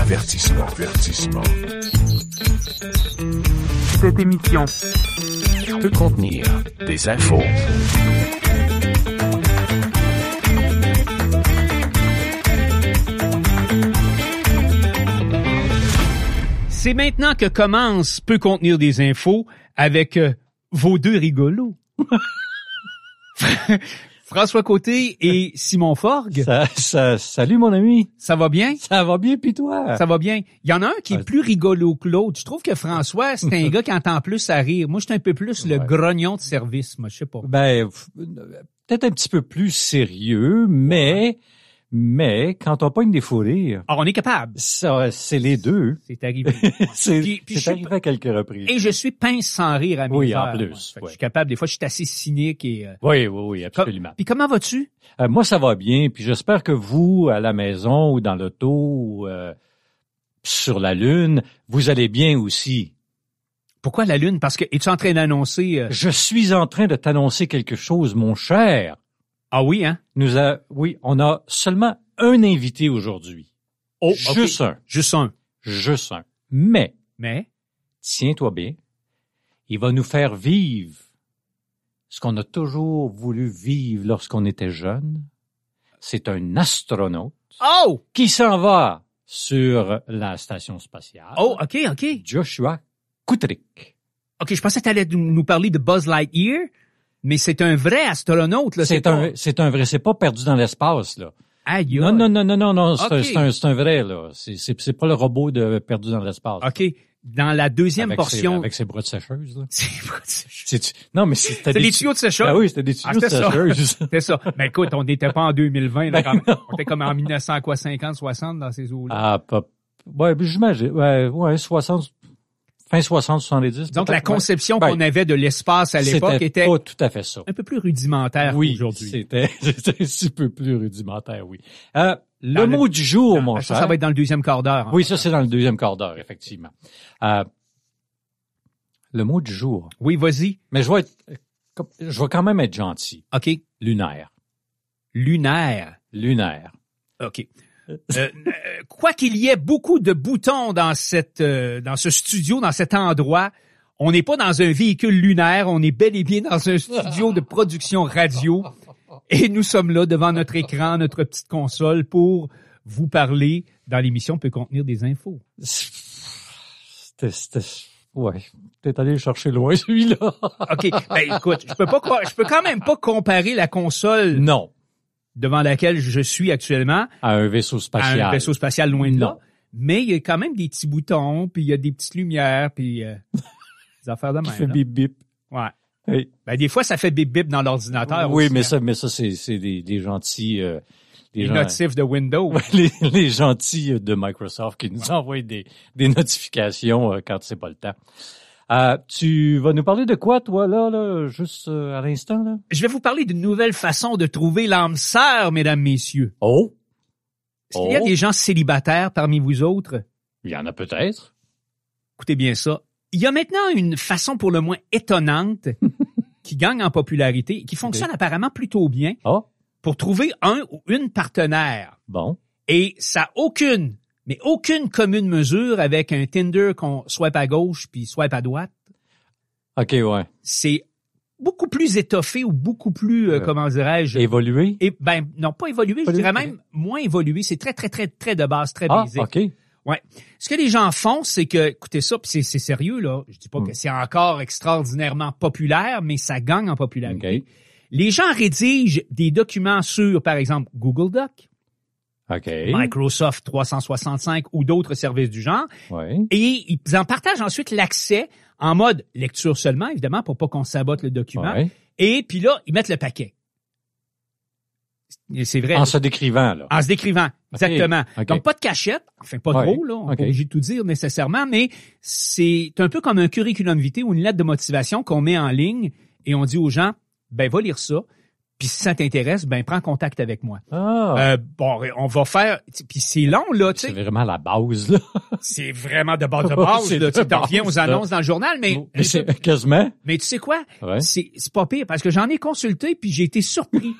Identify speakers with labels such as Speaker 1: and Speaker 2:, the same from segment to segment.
Speaker 1: Avertissement. Avertissement.
Speaker 2: Cette émission
Speaker 3: peut contenir des infos,
Speaker 4: C'est maintenant que commence peut contenir des infos avec euh, vos deux rigolos. François Côté et Simon Forgue.
Speaker 5: Ça- ça- salut mon ami,
Speaker 4: Ça va bien?
Speaker 5: ça va bien puis toi?
Speaker 4: Ça va bien. Il y en a un qui est
Speaker 5: Ah. Ouais.
Speaker 4: plus rigolo que l'autre. Je trouve que François, c'est un gars qui entend plus à rire. Moi, je suis un peu plus le
Speaker 5: Ouais.
Speaker 4: grognon de service, moi, je sais pas.
Speaker 5: Ben f- euh, peut-être un petit peu plus sérieux, mais mais quand on pogne des fous rires,
Speaker 4: Alors, on est capable.
Speaker 5: ça c'est les deux.
Speaker 4: C'est arrivé. Puis-
Speaker 5: C'est
Speaker 4: puis je
Speaker 5: c'est
Speaker 4: suis
Speaker 5: arrivé à quelques reprises.
Speaker 4: Et je suis pince sans rire à mes
Speaker 5: Oui, en
Speaker 4: heures,
Speaker 5: plus,
Speaker 4: moi. Fait que Je
Speaker 5: ouais.
Speaker 4: suis capable. Des fois, je suis assez cynique et... euh,
Speaker 5: Oui, oui, oui,
Speaker 4: com-
Speaker 5: absolument.
Speaker 4: Puis comment vas-tu?
Speaker 5: Euh, moi, ça va bien, puis j'espère que vous, à la maison ou dans l'auto, euh, sur la Lune, vous allez bien aussi.
Speaker 4: Pourquoi la lune? Parce que es-tu en train d'annoncer... euh,
Speaker 5: Je suis en train de t'annoncer quelque chose, mon cher.
Speaker 4: Ah oui, hein?
Speaker 5: Nous a, oui, on a seulement un invité aujourd'hui.
Speaker 4: Oh, ok.
Speaker 5: juste un,
Speaker 4: Juste un.
Speaker 5: juste un. Mais,
Speaker 4: Mais...
Speaker 5: tiens-toi bien, il va nous faire vivre ce qu'on a toujours voulu vivre lorsqu'on était jeune. C'est un astronaute
Speaker 4: Oh!
Speaker 5: qui s'en va sur la station spatiale.
Speaker 4: Oh, OK, OK.
Speaker 5: Joshua Kutrick.
Speaker 4: OK, je pensais que tu allais nous parler de Buzz Lightyear, mais c'est un vrai astronaute. Là,
Speaker 5: C'est
Speaker 4: pas-
Speaker 5: un, c'est un vrai, c'est pas perdu dans l'espace, là.
Speaker 4: Aïe,
Speaker 5: Non,
Speaker 4: aïe.
Speaker 5: non, non, non, non, non, c'est un-
Speaker 4: Ok.
Speaker 5: c'est un, c'est un vrai, là. C'est- C'est c'est pas le robot de perdu dans l'espace.
Speaker 4: OK. Dans la deuxième
Speaker 5: avec Ses,
Speaker 4: portion...
Speaker 5: avec ses bras de sécheuse, là.
Speaker 4: C'est pas- c'est
Speaker 5: C'est- Non, mais c'était
Speaker 4: les tuyaux de séchage.
Speaker 5: Ah oui, c'était des tuyaux
Speaker 4: Ah,
Speaker 5: de
Speaker 4: c'était ça.
Speaker 5: sécheuse.
Speaker 4: C'est ça. Mais écoute, on n'était pas en 2020. Là,
Speaker 5: Ben
Speaker 4: quand même.
Speaker 5: non.
Speaker 4: on était comme en 1950, 60 dans ces eaux-là.
Speaker 5: ah, pas... Ouais, puis j'imagine. Ouais, ouais, 60... Fin 60, 70.
Speaker 4: Donc,
Speaker 5: peut-être,
Speaker 4: la conception
Speaker 5: Ben,
Speaker 4: qu'on avait de l'espace à l'époque était
Speaker 5: pas tout à fait ça.
Speaker 4: un peu plus rudimentaire
Speaker 5: Oui,
Speaker 4: qu'aujourd'hui.
Speaker 5: c'était c'était un petit peu plus rudimentaire, oui. Euh, le
Speaker 4: Dans le-
Speaker 5: mot du jour, mon
Speaker 4: Ah, Ça,
Speaker 5: cher.
Speaker 4: ça va être hein. dans le deuxième quart d'heure. en
Speaker 5: Oui,
Speaker 4: fait.
Speaker 5: ça, c'est dans le deuxième quart d'heure, effectivement. Euh, le mot du jour.
Speaker 4: Oui, vas-y.
Speaker 5: Mais je vais être... comme- Je vais quand même être gentil.
Speaker 4: OK.
Speaker 5: Lunaire.
Speaker 4: Lunaire.
Speaker 5: Lunaire.
Speaker 4: OK. Euh, euh, quoi qu'il y ait beaucoup de boutons dans cette euh, dans ce studio, dans cet endroit, on n'est pas dans un véhicule lunaire, on est bel et bien dans un studio de production radio et nous sommes là devant notre écran, notre petite console pour vous parler dans l'émission peut contenir des infos.
Speaker 5: C'était, c'était, ouais. T'es allé le chercher loin, celui-là.
Speaker 4: OK, ben écoute, je peux pas co- je peux quand même pas comparer la console
Speaker 5: Non.
Speaker 4: devant laquelle je suis actuellement
Speaker 5: À un vaisseau spatial.
Speaker 4: à un vaisseau spatial loin de là.
Speaker 5: Non.
Speaker 4: Mais il y a quand même des petits boutons, puis il y a des petites lumières, puis euh, des affaires de
Speaker 5: Qui fait
Speaker 4: même. là.
Speaker 5: bip bip.
Speaker 4: Ouais.
Speaker 5: Hey.
Speaker 4: Ben, des fois, ça fait bip bip dans l'ordinateur.
Speaker 5: Oui,
Speaker 4: aussi,
Speaker 5: mais
Speaker 4: hein.
Speaker 5: ça, mais ça, c'est, c'est des, des gentils, euh, des
Speaker 4: les
Speaker 5: gens-
Speaker 4: notifs de Windows.
Speaker 5: Ouais, les, les gentils de Microsoft qui nous envoient des, des notifications euh, quand c'est pas le temps. Euh, tu vas nous parler de quoi, toi, là, là, juste euh, à l'instant, là?
Speaker 4: Je vais vous parler d'une nouvelle façon de trouver l'âme sœur, mesdames, messieurs.
Speaker 5: Oh!
Speaker 4: Est-ce qu'il y a
Speaker 5: Oh.
Speaker 4: des gens célibataires parmi vous autres?
Speaker 5: Il y en a peut-être.
Speaker 4: Écoutez bien ça. Il y a maintenant une façon pour le moins étonnante qui gagne en popularité et qui fonctionne apparemment plutôt bien
Speaker 5: Ah,
Speaker 4: pour trouver un ou une partenaire.
Speaker 5: bon.
Speaker 4: Et ça a aucune, mais aucune commune mesure avec un Tinder qu'on swipe à gauche puis swipe à droite.
Speaker 5: OK, ouais.
Speaker 4: C'est beaucoup plus étoffé ou beaucoup plus, euh,
Speaker 5: Ouais.
Speaker 4: comment dirais-je,
Speaker 5: Évoluer?
Speaker 4: et ben non pas évolué, je
Speaker 5: Évolué,
Speaker 4: dirais
Speaker 5: ok.
Speaker 4: même moins évolué. C'est très très très très de base, très
Speaker 5: Ah,
Speaker 4: basique.
Speaker 5: OK.
Speaker 4: Ce que les gens font, c'est que, écoutez ça, puis c'est c'est sérieux là. Je dis pas
Speaker 5: Hmm.
Speaker 4: que c'est encore extraordinairement populaire, mais ça gagne en popularité.
Speaker 5: OK.
Speaker 4: Les gens rédigent des documents sur, par exemple, Google Doc,
Speaker 5: OK.
Speaker 4: Microsoft 365 ou d'autres services du genre.
Speaker 5: Ouais.
Speaker 4: Et ils en partagent ensuite l'accès en mode lecture seulement, évidemment, pour pas qu'on sabote le document.
Speaker 5: Ouais.
Speaker 4: Et puis là, ils mettent le paquet. Et C'est vrai.
Speaker 5: En se décrivant, là.
Speaker 4: En se décrivant, exactement.
Speaker 5: OK.
Speaker 4: Donc, pas de cachette, enfin, pas
Speaker 5: Ouais,
Speaker 4: trop, là, on n'est pas
Speaker 5: OK.
Speaker 4: obligé de tout dire nécessairement, mais c'est un peu comme un curriculum vitae ou une lettre de motivation qu'on met en ligne et on dit aux gens, ben, va lire ça, puis si ça t'intéresse, ben, prends contact avec moi.
Speaker 5: Ah,
Speaker 4: Euh, bon, on va faire, puis c'est long, là, tu
Speaker 5: c'est
Speaker 4: sais,
Speaker 5: vraiment la base, là.
Speaker 4: c'est vraiment de base de base,
Speaker 5: C'est
Speaker 4: là,
Speaker 5: de
Speaker 4: tu sais, t'en
Speaker 5: base,
Speaker 4: reviens aux
Speaker 5: là.
Speaker 4: annonces dans le journal, mais,
Speaker 5: Mais c'est quasiment.
Speaker 4: mais tu sais quoi?
Speaker 5: Ouais.
Speaker 4: C'est c'est pas pire, parce que j'en ai consulté, puis j'ai été surpris.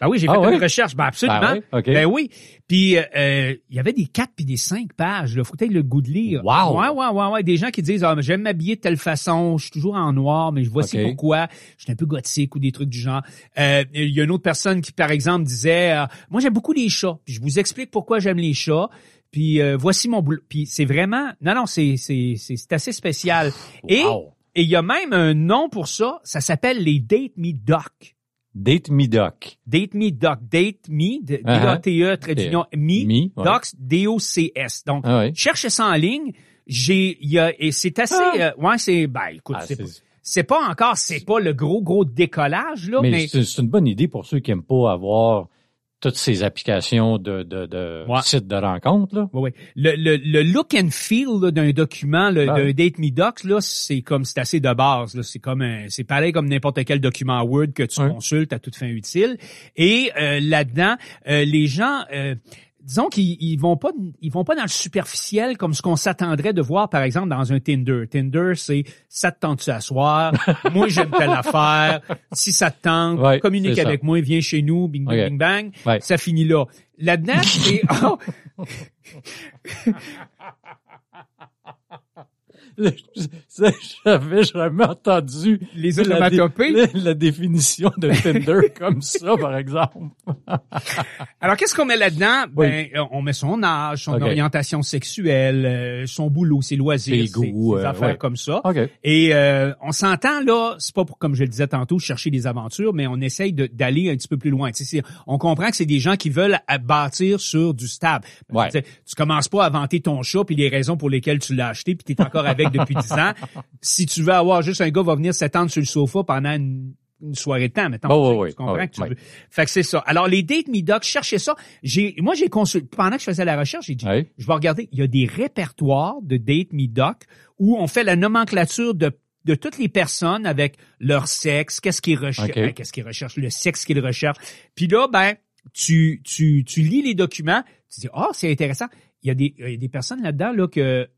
Speaker 4: Ben oui, j'ai
Speaker 5: Ah
Speaker 4: fait
Speaker 5: oui?
Speaker 4: une recherche, ben absolument.
Speaker 5: Ah oui? OK.
Speaker 4: Ben oui. Puis euh, euh, il y avait des quatre puis des cinq pages. Là, faut que t'aies le goût de lire.
Speaker 5: Wow!
Speaker 4: Ouais, ouais, ouais, ouais. Des gens qui disent, ah, mais j'aime m'habiller de telle façon, je suis toujours en noir, mais voici
Speaker 5: OK.
Speaker 4: pourquoi. Je suis un peu gothique ou des trucs du genre. Euh, Il y a une autre personne qui, par exemple, disait, euh, moi j'aime beaucoup les chats. Puis je vous explique pourquoi j'aime les chats. Puis euh, voici mon boulot. Puis c'est vraiment, non, non, c'est c'est c'est c'est assez spécial. Et
Speaker 5: Wow.
Speaker 4: et il y a même un nom pour ça. Ça s'appelle les date me doc.
Speaker 5: Date me doc.
Speaker 4: Date Me Doc. Date Me, D-
Speaker 5: Uh-huh.
Speaker 4: D-A-T-E, trait d'union, Me,
Speaker 5: Me, ouais.
Speaker 4: Docs, D-O-C-S. Donc,
Speaker 5: Ah oui.
Speaker 4: cherchez ça en ligne. J'ai, il y a, et c'est assez,
Speaker 5: Ah.
Speaker 4: euh, ouais, c'est, ben, écoute,
Speaker 5: Ah,
Speaker 4: c'est,
Speaker 5: c'est-
Speaker 4: pas- c'est pas encore, c'est pas le gros, gros décollage, là,
Speaker 5: Mais,
Speaker 4: mais,
Speaker 5: c'est c'est une bonne idée pour ceux qui aiment pas avoir toutes ces applications de, de, de
Speaker 4: Ouais.
Speaker 5: sites de rencontres. Là.
Speaker 4: ouais, ouais. Le, le, le look and feel, là, d'un document, le,
Speaker 5: Ah.
Speaker 4: d'un Date Me Docs, là, c'est comme, c'est assez de base, là. C'est comme un- c'est pareil comme n'importe quel document Word que tu
Speaker 5: Ouais.
Speaker 4: consultes à toute fin utile. Et, euh, là-dedans, euh, les gens, euh, disons qu'ils ils vont pas ils vont pas dans le superficiel comme ce qu'on s'attendrait de voir par exemple dans un Tinder. Tinder c'est ça te tente tu à soir, moi j'aime telle affaire, si ça te tente,
Speaker 5: Ouais,
Speaker 4: communique
Speaker 5: c'est ça.
Speaker 4: avec moi, viens chez nous, bing bing
Speaker 5: Ok.
Speaker 4: bing bang,
Speaker 5: Ouais.
Speaker 4: ça finit là. Là-dedans c'est oh,
Speaker 5: Ça, J'avais jamais entendu
Speaker 4: les
Speaker 5: la, dé-
Speaker 4: onomatopées.
Speaker 5: la, la définition de Tinder comme ça, par exemple.
Speaker 4: Alors, qu'est-ce qu'on met là-dedans?
Speaker 5: Oui.
Speaker 4: Ben, euh, on met son âge, son
Speaker 5: Ok.
Speaker 4: orientation sexuelle, euh, son boulot, ses loisirs,
Speaker 5: Ses
Speaker 4: ses,
Speaker 5: goûts,
Speaker 4: ses
Speaker 5: euh,
Speaker 4: affaires
Speaker 5: ouais.
Speaker 4: comme ça.
Speaker 5: OK.
Speaker 4: Et euh, on s'entend là, c'est pas pour comme je le disais tantôt chercher des aventures, mais on essaye de- d'aller un petit peu plus loin. Tu sais, c'est- on comprend que c'est des gens qui veulent à- bâtir sur du stable.
Speaker 5: Ouais.
Speaker 4: Tu sais, Tu commences pas à vanter ton chat puis les raisons pour lesquelles tu l'as acheté puis t'es encore avec depuis 10 ans. Si tu veux avoir juste un gars va venir s'étendre sur le sofa pendant une, une soirée de temps, mettons. Tu
Speaker 5: Bon,
Speaker 4: sais,
Speaker 5: oui, oui.
Speaker 4: tu comprends
Speaker 5: Ah, oui,
Speaker 4: que tu
Speaker 5: oui.
Speaker 4: veux. Fait que c'est ça. Alors les date me doc, cherchez ça. J'ai moi j'ai consulté pendant que je faisais la recherche, j'ai dit
Speaker 5: Ouais.
Speaker 4: je vais regarder, il y a des répertoires de Date Me Doc où on fait la nomenclature de de toutes les personnes avec leur sexe, qu'est-ce qu'ils recherchent,
Speaker 5: Ok.
Speaker 4: ben, qu'est-ce qu'ils recherchent, le sexe qu'ils recherchent. Puis là ben tu tu tu lis les documents, tu dis "Ah, c'est intéressant, il y a des il y a des personnes là-dedans là que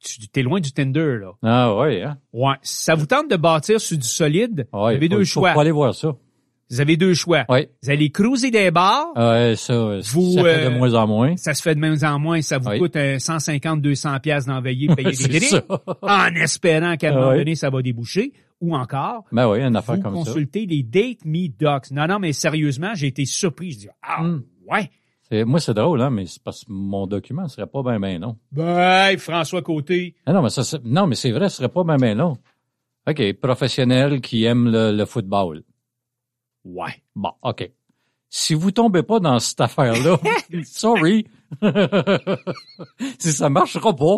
Speaker 4: tu t'es loin du Tinder là.
Speaker 5: Ah oui, hein?
Speaker 4: Ouais, ça vous tente de bâtir sur du solide,
Speaker 5: Ah Ouais,
Speaker 4: vous avez
Speaker 5: faut-
Speaker 4: deux
Speaker 5: faut
Speaker 4: choix.
Speaker 5: pas aller voir ça.
Speaker 4: Vous avez deux choix.
Speaker 5: Oui.
Speaker 4: Vous allez cruiser des bars,
Speaker 5: Ouais, Euh, ça,
Speaker 4: Vous,
Speaker 5: ça fait de
Speaker 4: euh,
Speaker 5: moins en moins.
Speaker 4: ça se fait de moins en moins, ça vous
Speaker 5: Oui.
Speaker 4: coûte euh, 150 200 pièces d'enveiller payer
Speaker 5: C'est
Speaker 4: des drinks
Speaker 5: ça.
Speaker 4: en espérant qu'à un
Speaker 5: Ah
Speaker 4: moment
Speaker 5: oui.
Speaker 4: donné ça va déboucher ou encore
Speaker 5: Ben oui, une affaire
Speaker 4: vous
Speaker 5: comme ça.
Speaker 4: consultez les date me docs. Non non mais sérieusement, j'ai été surpris, je dis ah
Speaker 5: Hmm.
Speaker 4: ouais.
Speaker 5: C'est- Moi, c'est drôle, hein, mais c'est parce que mon document serait pas bien, bien long.
Speaker 4: Ben François Côté,
Speaker 5: Ah non, mais ça, c'est- non, mais c'est vrai, ce serait pas bien, bien long. OK, professionnel qui aime le, le football.
Speaker 4: ouais.
Speaker 5: Bon, OK. Si vous tombez pas dans cette affaire-là, sorry. si ça marchera pas,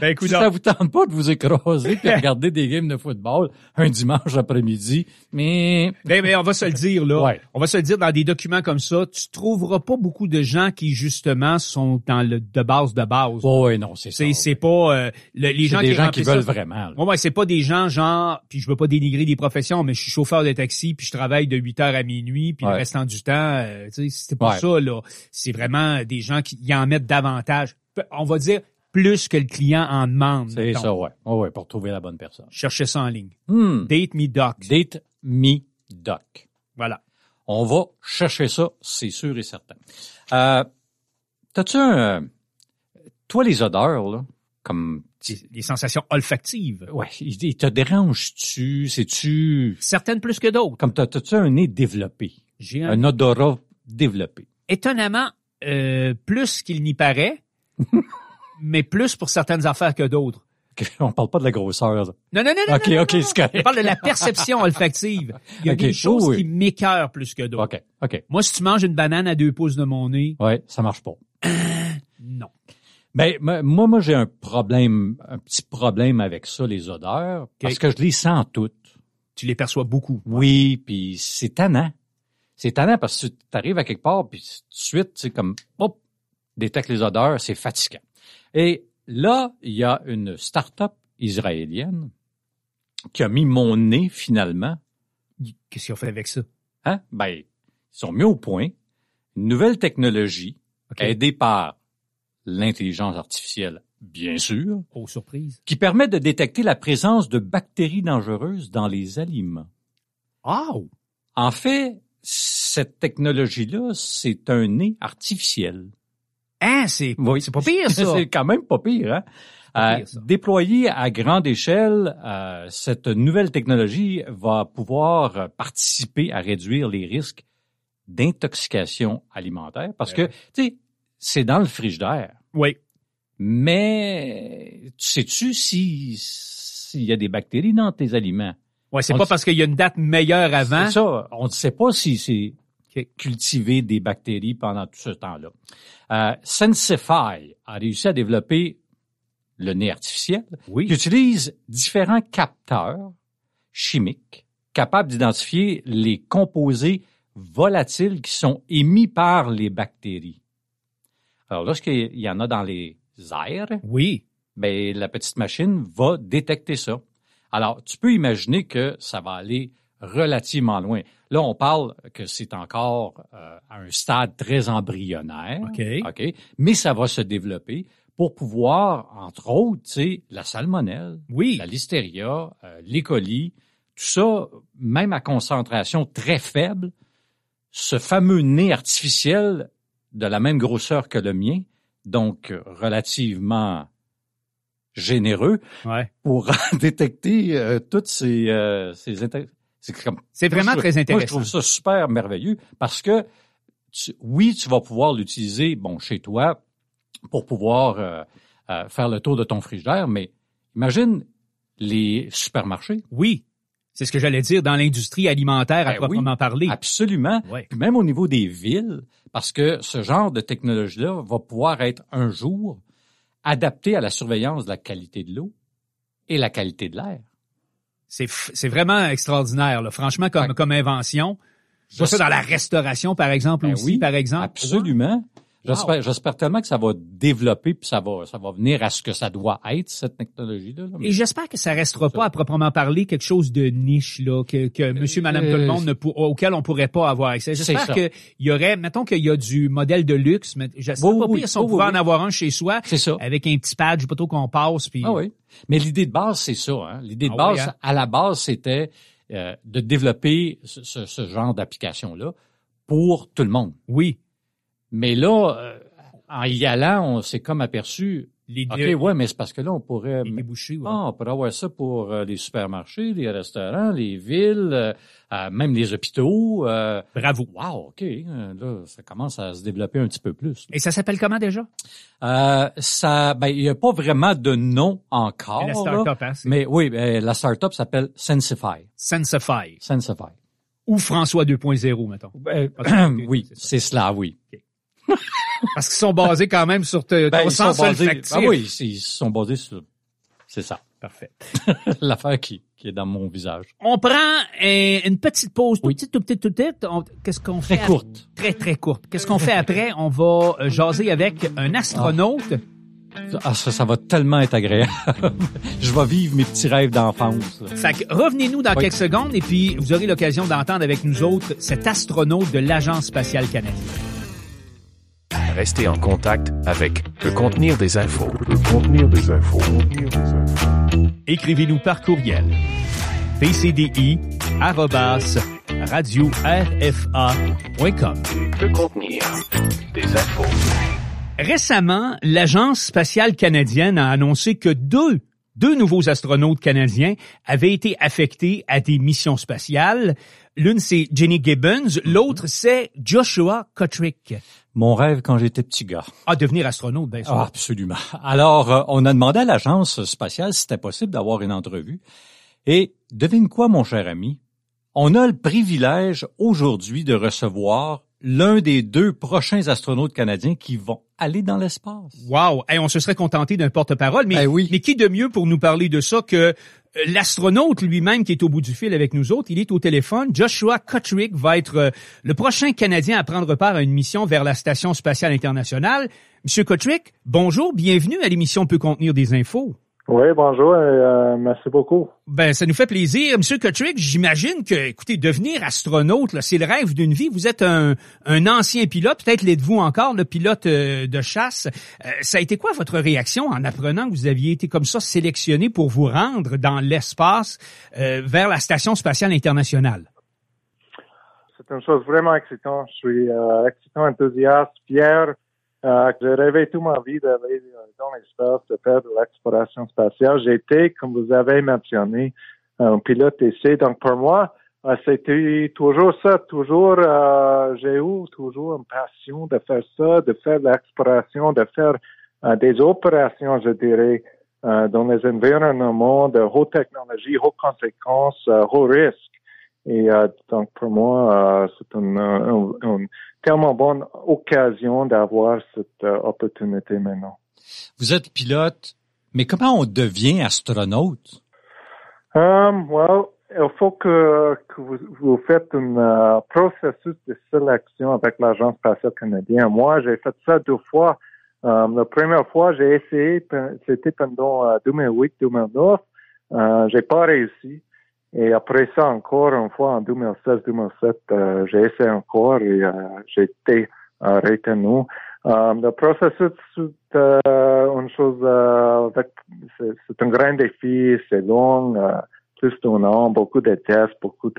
Speaker 4: Ben écoute
Speaker 5: si ça vous tente pas de vous écraser puis regarder des games de football un dimanche après-midi, mais
Speaker 4: Ben, ben, on va se le dire, là.
Speaker 5: Ouais.
Speaker 4: On va se le dire dans des documents comme ça, tu trouveras pas beaucoup de gens qui, justement, sont dans le de base de base.
Speaker 5: oh, ouais, non, c'est ça.
Speaker 4: C'est, c'est pas euh, le- les
Speaker 5: C'est
Speaker 4: gens
Speaker 5: des
Speaker 4: qui
Speaker 5: gens qui
Speaker 4: remplissent ça,
Speaker 5: veulent vraiment. là.
Speaker 4: Ouais, ouais, c'est pas des gens genre, puis je veux pas dénigrer des professions, mais je suis chauffeur de taxi, puis je travaille de 8 heures à minuit, puis le
Speaker 5: Ouais.
Speaker 4: restant du temps, euh, tu sais, c'est pas
Speaker 5: Ouais.
Speaker 4: ça, là. C'est vraiment des gens qui y en mettent davantage. Pe- On va dire plus que le client en demande.
Speaker 5: C'est
Speaker 4: mettons.
Speaker 5: ça, ouais. Oh, ouais, pour trouver la bonne personne.
Speaker 4: Cherchez ça en ligne.
Speaker 5: Hmm.
Speaker 4: Date me doc.
Speaker 5: Date me doc.
Speaker 4: Voilà.
Speaker 5: On va chercher ça, c'est sûr et certain. Euh, T'as-tu un... Toi, les odeurs, là, comme...
Speaker 4: Les- les sensations olfactives.
Speaker 5: Ouais, ils ils te dérangent-tu? C'est-tu...
Speaker 4: Certaines plus que d'autres.
Speaker 5: Comme t'as- t'as-tu un nez développé?
Speaker 4: J'ai un-
Speaker 5: Un odorat développé?
Speaker 4: étonnamment euh, plus qu'il n'y paraît, mais plus pour certaines affaires que d'autres.
Speaker 5: On parle pas de la grosseur, là.
Speaker 4: Non, non, non, non.
Speaker 5: OK,
Speaker 4: non, non,
Speaker 5: OK,
Speaker 4: non.
Speaker 5: c'est
Speaker 4: Je
Speaker 5: correct.
Speaker 4: parle de la perception olfactive. Il y a
Speaker 5: OK,
Speaker 4: des choses
Speaker 5: oui, oui.
Speaker 4: qui m'écœurent plus que d'autres.
Speaker 5: OK, OK.
Speaker 4: Moi, si tu manges une banane à deux pouces de mon nez,
Speaker 5: Ouais, ça marche pas.
Speaker 4: non.
Speaker 5: Ben, m- moi, moi, j'ai un problème, un petit problème avec ça, les odeurs, parce que je les sens toutes.
Speaker 4: Tu les perçois beaucoup.
Speaker 5: Oui, puis c'est tannant. C'est tannant parce que tu arrives à quelque part, puis tout de suite, c'est comme, hop, détecte les odeurs, c'est fatigant. Et là, il y a une start-up israélienne qui a mis mon nez, finalement,
Speaker 4: Qu'est-ce qu'ils ont fait avec ça?
Speaker 5: hein, ben, ils sont mis au point une nouvelle technologie
Speaker 4: OK.
Speaker 5: aidée par l'intelligence artificielle, bien sûr,
Speaker 4: Oh, surprise.
Speaker 5: qui permet de détecter la présence de bactéries dangereuses dans les aliments.
Speaker 4: Oh!
Speaker 5: En fait, cette technologie-là, c'est un nez artificiel.
Speaker 4: Hein, c'est
Speaker 5: Oui.
Speaker 4: c'est pas pire, ça.
Speaker 5: c'est quand même pas pire, hein?
Speaker 4: Pas pire,
Speaker 5: Euh,
Speaker 4: ça.
Speaker 5: déployée à grande échelle, euh, cette nouvelle technologie va pouvoir euh, participer à réduire les risques d'intoxication alimentaire parce
Speaker 4: Ben
Speaker 5: que, tu sais, c'est dans le frigidaire.
Speaker 4: oui.
Speaker 5: Mais sais-tu si- s'il y a des bactéries dans tes aliments?
Speaker 4: Ouais, c'est
Speaker 5: On
Speaker 4: pas
Speaker 5: dit-
Speaker 4: parce qu'il y a une date meilleure avant.
Speaker 5: C'est ça. On ne sait pas si c'est
Speaker 4: Ok.
Speaker 5: cultiver des bactéries pendant tout ce temps-là. Euh, Sensify a réussi à développer le nez artificiel qui
Speaker 4: Oui.
Speaker 5: utilise différents capteurs chimiques capables d'identifier les composés volatiles qui sont émis par les bactéries. Alors lorsqu'il y en a dans les airs,
Speaker 4: Oui.
Speaker 5: ben, la petite machine va détecter ça. Alors, tu peux imaginer que ça va aller relativement loin. Là, on parle que c'est encore euh, à un stade très embryonnaire.
Speaker 4: OK.
Speaker 5: OK. Mais ça va se développer pour pouvoir, entre autres, tu sais, la salmonelle,
Speaker 4: Oui.
Speaker 5: la listeria, euh, les colis, tout ça, même à concentration très faible, ce fameux nez artificiel de la même grosseur que le mien, donc euh, relativement généreux,
Speaker 4: Ouais.
Speaker 5: pour détecter euh, toutes ces... euh, ces inter- c'est comme-
Speaker 4: C'est vraiment
Speaker 5: moi, je-
Speaker 4: très
Speaker 5: Moi, je
Speaker 4: intéressant.
Speaker 5: trouve ça super merveilleux parce que, tu- oui, tu vas pouvoir l'utiliser, bon, chez toi, pour pouvoir euh, euh, faire le tour de ton frigidaire, mais imagine les supermarchés.
Speaker 4: Oui. C'est ce que j'allais dire dans l'industrie alimentaire à
Speaker 5: Ben
Speaker 4: proprement parler.
Speaker 5: Absolument.
Speaker 4: Ouais.
Speaker 5: Puis même au niveau des villes, parce que ce genre de technologie-là va pouvoir être un jour adapté à la surveillance de la qualité de l'eau et la qualité de l'air.
Speaker 4: C'est f- c'est vraiment extraordinaire, là. franchement, comme,
Speaker 5: Ouais.
Speaker 4: comme invention. Je vois ça dans la restauration, par exemple,
Speaker 5: Ben
Speaker 4: aussi,
Speaker 5: oui,
Speaker 4: par exemple.
Speaker 5: Absolument. J'espère, j'espère tellement que ça va développer puis ça va, ça va venir à ce que ça doit être cette technologie-là. là.
Speaker 4: Et j'espère que ça restera pas à proprement parler quelque chose de niche là que, que Monsieur, Madame,
Speaker 5: euh,
Speaker 4: tout le monde ne pour- auquel on pourrait pas avoir accès. J'espère
Speaker 5: ça.
Speaker 4: qu'il y aurait, mettons qu'il y a du modèle de luxe, mais j'espère
Speaker 5: Oui,
Speaker 4: pas
Speaker 5: oui,
Speaker 4: pire si on
Speaker 5: oui,
Speaker 4: pouvait
Speaker 5: oui,
Speaker 4: en
Speaker 5: oui.
Speaker 4: avoir un chez soi
Speaker 5: C'est ça.
Speaker 4: avec un petit pad, je sais pas trop qu'on passe. Puis
Speaker 5: Ah oui. Mais l'idée de base, c'est ça. hein. L'idée de
Speaker 4: Ah
Speaker 5: base,
Speaker 4: oui, hein.
Speaker 5: à la base, c'était euh, de développer ce, ce- ce genre d'application-là pour tout le monde.
Speaker 4: oui,
Speaker 5: Mais là, euh, en y allant, on s'est comme aperçu,
Speaker 4: les
Speaker 5: OK,
Speaker 4: les
Speaker 5: ouais, mais c'est parce que là, on pourrait...
Speaker 4: débouchés, ouais.
Speaker 5: Ah, on pourrait avoir ça pour euh, les supermarchés, les restaurants, les villes, euh, euh, même les hôpitaux. euh,
Speaker 4: Bravo.
Speaker 5: Wow, OK. euh, Là, ça commence à se développer un petit peu plus.
Speaker 4: Et ça s'appelle comment déjà
Speaker 5: Euh, ça, ben, il n'y a pas vraiment de nom encore.
Speaker 4: La
Speaker 5: là,
Speaker 4: start-up, hein, c'est
Speaker 5: mais oui, ben, la start-up s'appelle Sensify.
Speaker 4: Sensify
Speaker 5: Sensify. Euh,
Speaker 4: ou François 2.0 mettons. ben, ok,
Speaker 5: oui,
Speaker 4: c'est ça.
Speaker 5: c'est cela, oui.
Speaker 4: Parce qu'ils sont basés quand même sur te,
Speaker 5: Ben,
Speaker 4: ton sens
Speaker 5: basés,
Speaker 4: olfactif.
Speaker 5: ah oui, ils- ils sont basés sur... C'est ça,
Speaker 4: Parfait.
Speaker 5: l'affaire qui, qui est dans mon visage.
Speaker 4: On prend euh, une petite pause, tout
Speaker 5: Oui.
Speaker 4: petite, tout petite, tout petite. On- Qu'est-ce qu'on fait?
Speaker 5: Très courte.
Speaker 4: Très, très courte. Qu'est-ce qu'on fait après? On va euh, jaser avec un astronaute.
Speaker 5: Ah, ça, ça va tellement être agréable. Je vais vivre mes petits rêves d'enfance. là.
Speaker 4: Fait que revenez-nous dans
Speaker 5: Oui.
Speaker 4: quelques secondes et puis vous aurez l'occasion d'entendre avec nous autres cet astronaute de l'Agence spatiale canadienne.
Speaker 3: Restez en contact avec le contenir des infos. Le contenir des infos.
Speaker 4: Écrivez-nous par courriel. pcdi
Speaker 3: Le contenir des infos.
Speaker 4: Récemment, l'Agence spatiale canadienne a annoncé que deux, deux nouveaux astronautes canadiens avaient été affectés à des missions spatiales. L'une, c'est Jenny Gibbons, l'autre, c'est Joshua Kotrick.
Speaker 5: Mon rêve quand j'étais petit gars.
Speaker 4: Ah, devenir astronaute, bien sûr.
Speaker 5: Ah, absolument. Alors, euh, on a demandé à l'agence spatiale si c'était possible d'avoir une entrevue. Et devine quoi, mon cher ami? On a le privilège aujourd'hui de recevoir l'un des deux prochains astronautes canadiens qui vont aller dans l'espace.
Speaker 4: Wow! Eh, on se serait contenté d'un porte-parole, mais,
Speaker 5: Ben oui.
Speaker 4: mais qui de mieux pour nous parler de ça que euh, l'astronaute lui-même qui est au bout du fil avec nous autres? Il est au téléphone. Joshua Kotrick va être euh, le prochain Canadien à prendre part à une mission vers la Station spatiale internationale. Monsieur Kotrick, bonjour, bienvenue à l'émission Peut contenir des infos.
Speaker 1: Oui, bonjour. euh, merci beaucoup.
Speaker 4: Ben, ça nous fait plaisir. Monsieur Kotrick, j'imagine que, écoutez, devenir astronaute, là, c'est le rêve d'une vie. Vous êtes un, un ancien pilote, peut-être l'êtes-vous encore, le pilote euh, de chasse. Euh, ça a été quoi votre réaction en apprenant que vous aviez été comme ça sélectionné pour vous rendre dans l'espace euh, vers la Station spatiale internationale?
Speaker 1: c'est une chose vraiment excitante. Je suis euh, excitant, enthousiaste, fier. Euh, j'ai rêvé toute ma vie d'aller euh, dans l'espace, de faire de l'exploration spatiale. J'étais, comme vous avez mentionné, un pilote d'essai. Donc pour moi, euh, c'était toujours ça, toujours euh, j'ai eu toujours une passion de faire ça, de faire de l'exploration, de faire euh, des opérations, je dirais, euh, dans les environnements de haute technologie, haute conséquence, euh, haut risque. Et euh, donc pour moi, euh, c'est une, euh, une- une tellement bonne occasion d'avoir cette euh, opportunité maintenant.
Speaker 5: Vous êtes pilote, mais comment on devient astronaute?
Speaker 1: Um, well, il faut que, que vous, vous faites un euh, processus de sélection avec l'Agence spatiale canadienne. Moi, j'ai fait ça deux fois. Um, la première fois, j'ai essayé, pe- c'était pendant euh, 2008-2009. Euh, j'ai pas réussi. Et après ça, encore une fois, en 2016-2017, euh, j'ai essayé encore et euh, j'ai été euh, retenu. Euh, le processus, c'est euh, une chose, euh, avec- c'est c'est un grand défi, c'est long, euh, plus d'un an, beaucoup de tests, beaucoup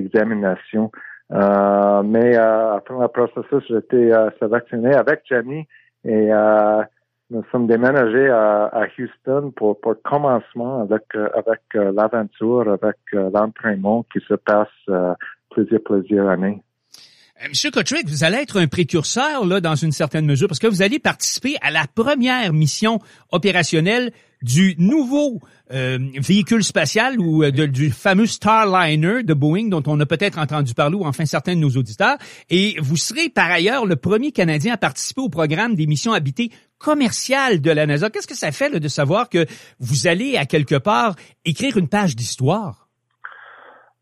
Speaker 1: d'examinations. Euh, mais euh, après le processus, j'étais euh, sélectionné avec Jenny et euh, nous sommes déménagés à, à Houston pour, pour commencement avec, euh, avec euh, l'aventure, avec euh, l'entraînement qui se passe euh, plusieurs, plusieurs années.
Speaker 4: Euh, Monsieur Kotrick, vous allez être un précurseur là dans une certaine mesure parce que vous allez participer à la première mission opérationnelle du nouveau euh, véhicule spatial ou euh, de- du fameux Starliner de Boeing dont on a peut-être entendu parler ou enfin certains de nos auditeurs. Et vous serez par ailleurs le premier Canadien à participer au programme des missions habitées commerciales de la NASA. Qu'est-ce que ça fait là, de savoir que vous allez à quelque part écrire une page d'histoire?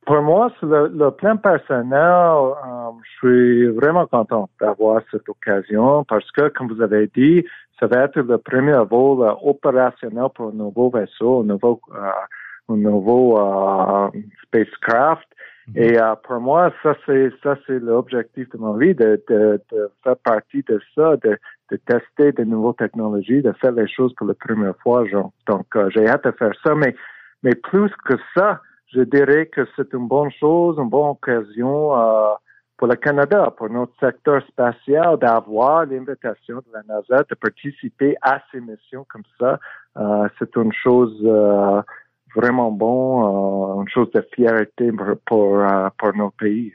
Speaker 1: Pour moi, sur le, le plan personnel, euh, je suis vraiment content d'avoir cette occasion parce que, comme vous avez dit, ça va être le premier vol euh, opérationnel pour un nouveau vaisseau, un nouveau, euh, un nouveau euh, spacecraft. Et euh, pour moi, ça c'est ça c'est l'objectif de ma vie, de, de, de faire partie de ça, de, de tester de nouvelles technologies, de faire les choses pour la première fois. Genre. Donc euh, j'ai hâte de faire ça, mais mais plus que ça, je dirais que c'est une bonne chose, une bonne occasion euh, pour le Canada, pour notre secteur spatial, d'avoir l'invitation de la NASA de participer à ces missions comme ça. Euh, c'est une chose euh, vraiment bon, euh, une chose de fierté pour pour, euh, pour nos pays.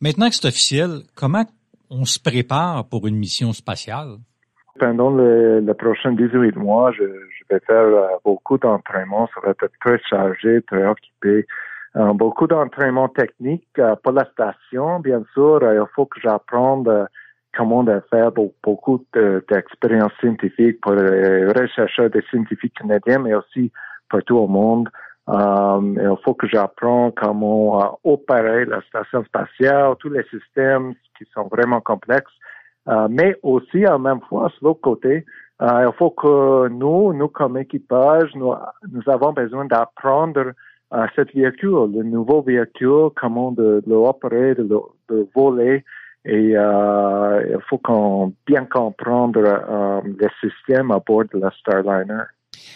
Speaker 5: Maintenant que c'est officiel, comment on se prépare pour une mission spatiale?
Speaker 1: Pendant le- les prochains 18 mois, je, je vais faire euh, beaucoup d'entraînements. Ça va être très chargé, très occupé. Euh, beaucoup d'entraînements techniques euh, pour la station, bien sûr. euh, il faut que j'apprenne euh, comment de faire be- beaucoup de- d'expériences scientifiques pour les rechercheurs des scientifiques canadiens, mais aussi partout au monde. Euh, il faut que j'apprenne comment euh, opérer la station spatiale, tous les systèmes qui sont vraiment complexes. Euh, mais aussi, en même fois, sur l'autre côté, euh, il faut que nous, nous comme équipage, nous, nous avons besoin d'apprendre euh, cette véhicule, le nouveau véhicule, comment de, de l'opérer, de, le- de voler. Et euh, il faut qu'on bien comprendre euh, les systèmes à bord de la Starliner.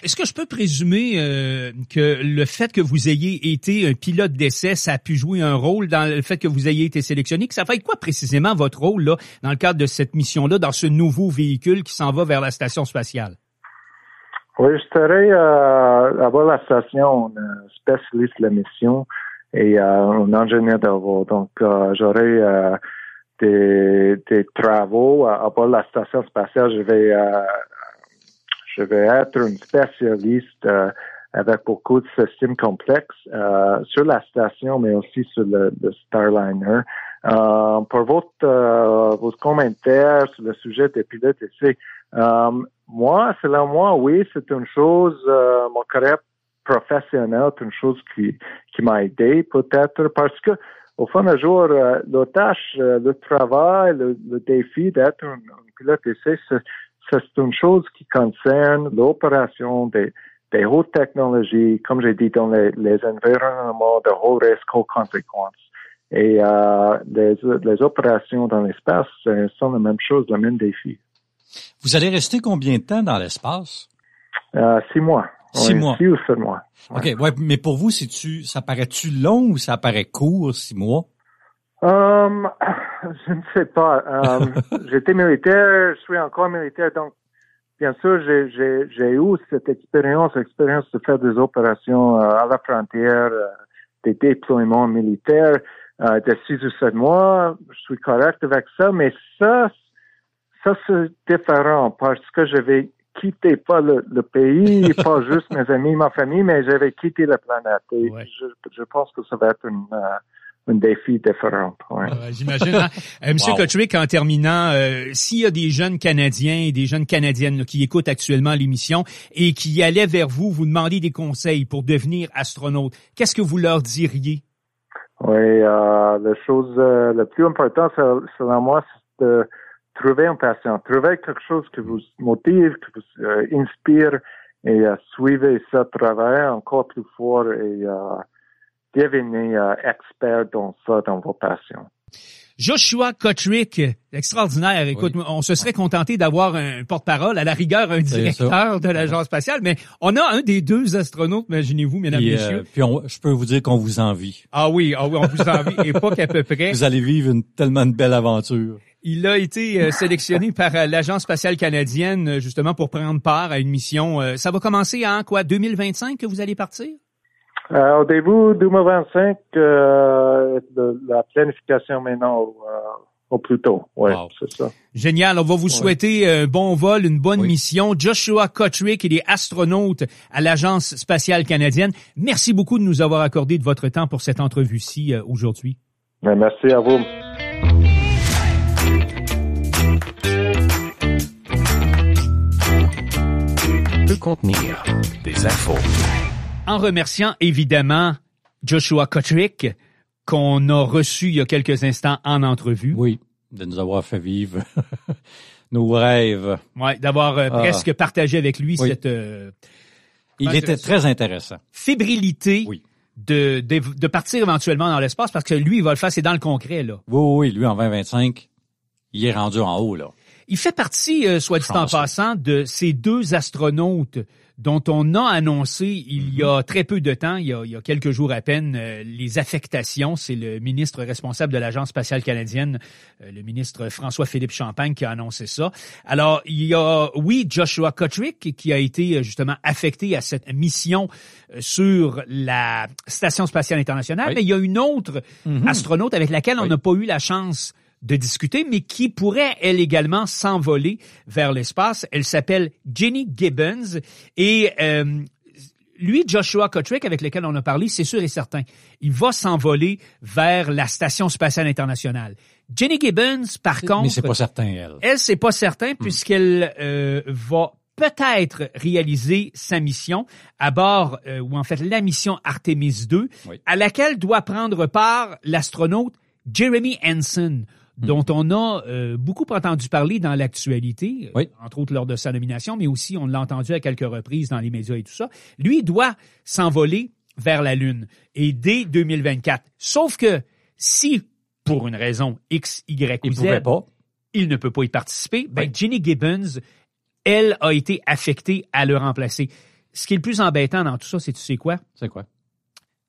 Speaker 4: Est-ce que je peux présumer euh, que le fait que vous ayez été un pilote d'essai, ça a pu jouer un rôle dans le fait que vous ayez été sélectionné? Que ça fait quoi précisément votre rôle là, dans le cadre de cette mission-là, dans ce nouveau véhicule qui s'en va vers la station spatiale?
Speaker 1: Oui, je serai euh, à bord de la station un spécialiste de la mission et euh, un ingénieur de vol. Donc, euh, j'aurai euh, des, des travaux à, à bord de la station spatiale. Je vais, euh, je vais être un spécialiste euh, avec beaucoup de systèmes complexes euh, sur la station, mais aussi sur le, le Starliner. Euh, pour votre, euh, votre commentaire sur le sujet des pilotes, essais, euh, moi, selon moi, oui, c'est une chose, euh, mon carrière professionnelle, c'est une chose qui, qui m'a aidé peut-être parce que au fond du jour, euh, la tâche, euh, le travail, le, le défi d'être un, un pilote d'essai, c'est c'est une chose qui concerne l'opération des, des hautes technologies, comme j'ai dit, dans les, les environnements de haut risque, haute conséquence. Et euh, les, les opérations dans l'espace euh, sont la même chose, le même défi.
Speaker 5: Vous allez rester combien de temps dans l'espace?
Speaker 1: Euh, six mois.
Speaker 5: Six
Speaker 1: Oui,
Speaker 5: mois.
Speaker 1: Six ou sept mois.
Speaker 5: OK, ouais, mais pour vous, c'est-tu, ça paraît-tu long ou ça paraît court, six mois?
Speaker 1: Um, je ne sais pas. Um, J'étais militaire, je suis encore militaire, donc bien sûr, j'ai- j'ai j'ai eu cette expérience, expérience de faire des opérations euh, à la frontière, euh, des déploiements militaires euh, de six ou sept mois. Je suis correct avec ça, mais ça, ça c'est différent parce que j'avais quitté pas le, le pays, pas juste mes amis, ma famille, mais j'avais quitté la planète. Et
Speaker 2: Ouais.
Speaker 1: je, je pense que ça va être une, euh, un défi différent. ouais.
Speaker 2: Ouais, J'imagine. hein.
Speaker 4: Euh, Monsieur
Speaker 5: Wow.
Speaker 4: Kotchwick, en terminant, euh, s'il y a des jeunes Canadiens et des jeunes Canadiennes là, qui écoutent actuellement l'émission et qui allaient vers vous, vous demander des conseils pour devenir astronaute, qu'est-ce que vous leur diriez?
Speaker 1: Oui, euh, la chose euh, la plus importante, sel- selon moi, c'est de trouver une passion, trouver quelque chose qui vous motive, qui vous euh, inspire et euh, suivez ce travail encore plus fort et euh, devenez euh, expert dans ça, dans vos passions.
Speaker 4: Joshua Kotrick, extraordinaire. Écoute, on se serait contenté d'avoir un porte-parole, à la rigueur un
Speaker 5: C'est
Speaker 4: directeur de l'agence spatiale, mais on a un des deux astronautes, imaginez-vous, mesdames et
Speaker 5: Puis,
Speaker 4: messieurs.
Speaker 5: euh, puis on- je peux vous dire qu'on vous envie.
Speaker 4: Ah oui, ah oui, on vous envie, et pas qu'à peu près.
Speaker 5: Vous allez vivre une, tellement une belle aventure.
Speaker 4: Il a été euh, sélectionné par euh, l'Agence spatiale canadienne euh, justement pour prendre part à une mission. Euh, ça va commencer en quoi 2025 que vous allez partir
Speaker 1: Euh, au début 2025, euh, de la planification maintenant euh, au plus tôt. Oui,
Speaker 5: Wow.
Speaker 1: c'est ça.
Speaker 4: Génial, on va vous souhaiter un bon vol, une bonne
Speaker 5: Oui.
Speaker 4: mission. Joshua Kotrick, il est astronaute à l'Agence spatiale canadienne. Merci beaucoup de nous avoir accordé de votre temps pour cette entrevue-ci euh, aujourd'hui.
Speaker 1: Mais merci à vous.
Speaker 3: peut contenir des infos.
Speaker 4: En remerciant évidemment Joshua Kotrick qu'on a reçu il y a quelques instants en entrevue.
Speaker 5: Oui, de nous avoir fait vivre nos rêves.
Speaker 4: Ouais, d'avoir euh,
Speaker 5: Ah.
Speaker 4: presque partagé avec lui
Speaker 5: Oui.
Speaker 4: cette euh,
Speaker 5: Il
Speaker 4: Ouais,
Speaker 5: était
Speaker 4: c'est-
Speaker 5: très intéressant.
Speaker 4: fébrilité
Speaker 5: Oui.
Speaker 4: de, de, de partir éventuellement dans l'espace parce que lui, il va le faire, c'est dans le concret, là.
Speaker 5: Oui, oui, oui, lui, en 2025, il est rendu en haut, là.
Speaker 4: Il fait partie, euh, soit dit en
Speaker 5: Chanceux.
Speaker 4: passant, de ces deux astronautes dont on a annoncé il y a très peu de temps, il y a, il y a quelques jours à peine, euh, les affectations. C'est le ministre responsable de l'Agence spatiale canadienne, euh, le ministre François-Philippe Champagne, qui a annoncé ça. Alors, il y a, oui, Joshua Kotrick, qui a été euh, justement affecté à cette mission euh, sur la Station spatiale internationale,
Speaker 5: Oui. Mhm.
Speaker 4: mais il y a une autre astronaute avec laquelle on
Speaker 5: Oui.
Speaker 4: n'a pas eu la chance de discuter, mais qui pourrait, elle également, s'envoler vers l'espace. Elle s'appelle Jenny Gibbons et euh, lui, Joshua Kotrick, avec lequel on a parlé, c'est sûr et certain, il va s'envoler vers la Station spatiale internationale. Jenny Gibbons, par
Speaker 5: Mais
Speaker 4: contre,
Speaker 5: c'est pas certain, elle.
Speaker 4: elle, c'est pas certain
Speaker 5: Hmm.
Speaker 4: puisqu'elle euh, va peut-être réaliser sa mission à bord, euh, ou en fait la mission Artemis 2,
Speaker 5: Oui.
Speaker 4: à laquelle doit prendre part l'astronaute Jeremy Hansen,
Speaker 5: Hmm.
Speaker 4: dont on a euh, beaucoup entendu parler dans l'actualité, euh,
Speaker 5: Oui.
Speaker 4: entre autres lors de sa nomination, mais aussi on l'a entendu à quelques reprises dans les médias et tout ça. Lui doit s'envoler vers la Lune et dès 2024. Sauf que si, pour une raison X, Y ou
Speaker 5: Il
Speaker 4: Z,
Speaker 5: pouvait pas.
Speaker 4: il ne peut pas y participer. Ben,
Speaker 5: Oui.
Speaker 4: Ginny Gibbons, elle a été affectée à le remplacer. Ce qui est le plus embêtant dans tout ça, c'est tu sais quoi?
Speaker 5: C'est quoi?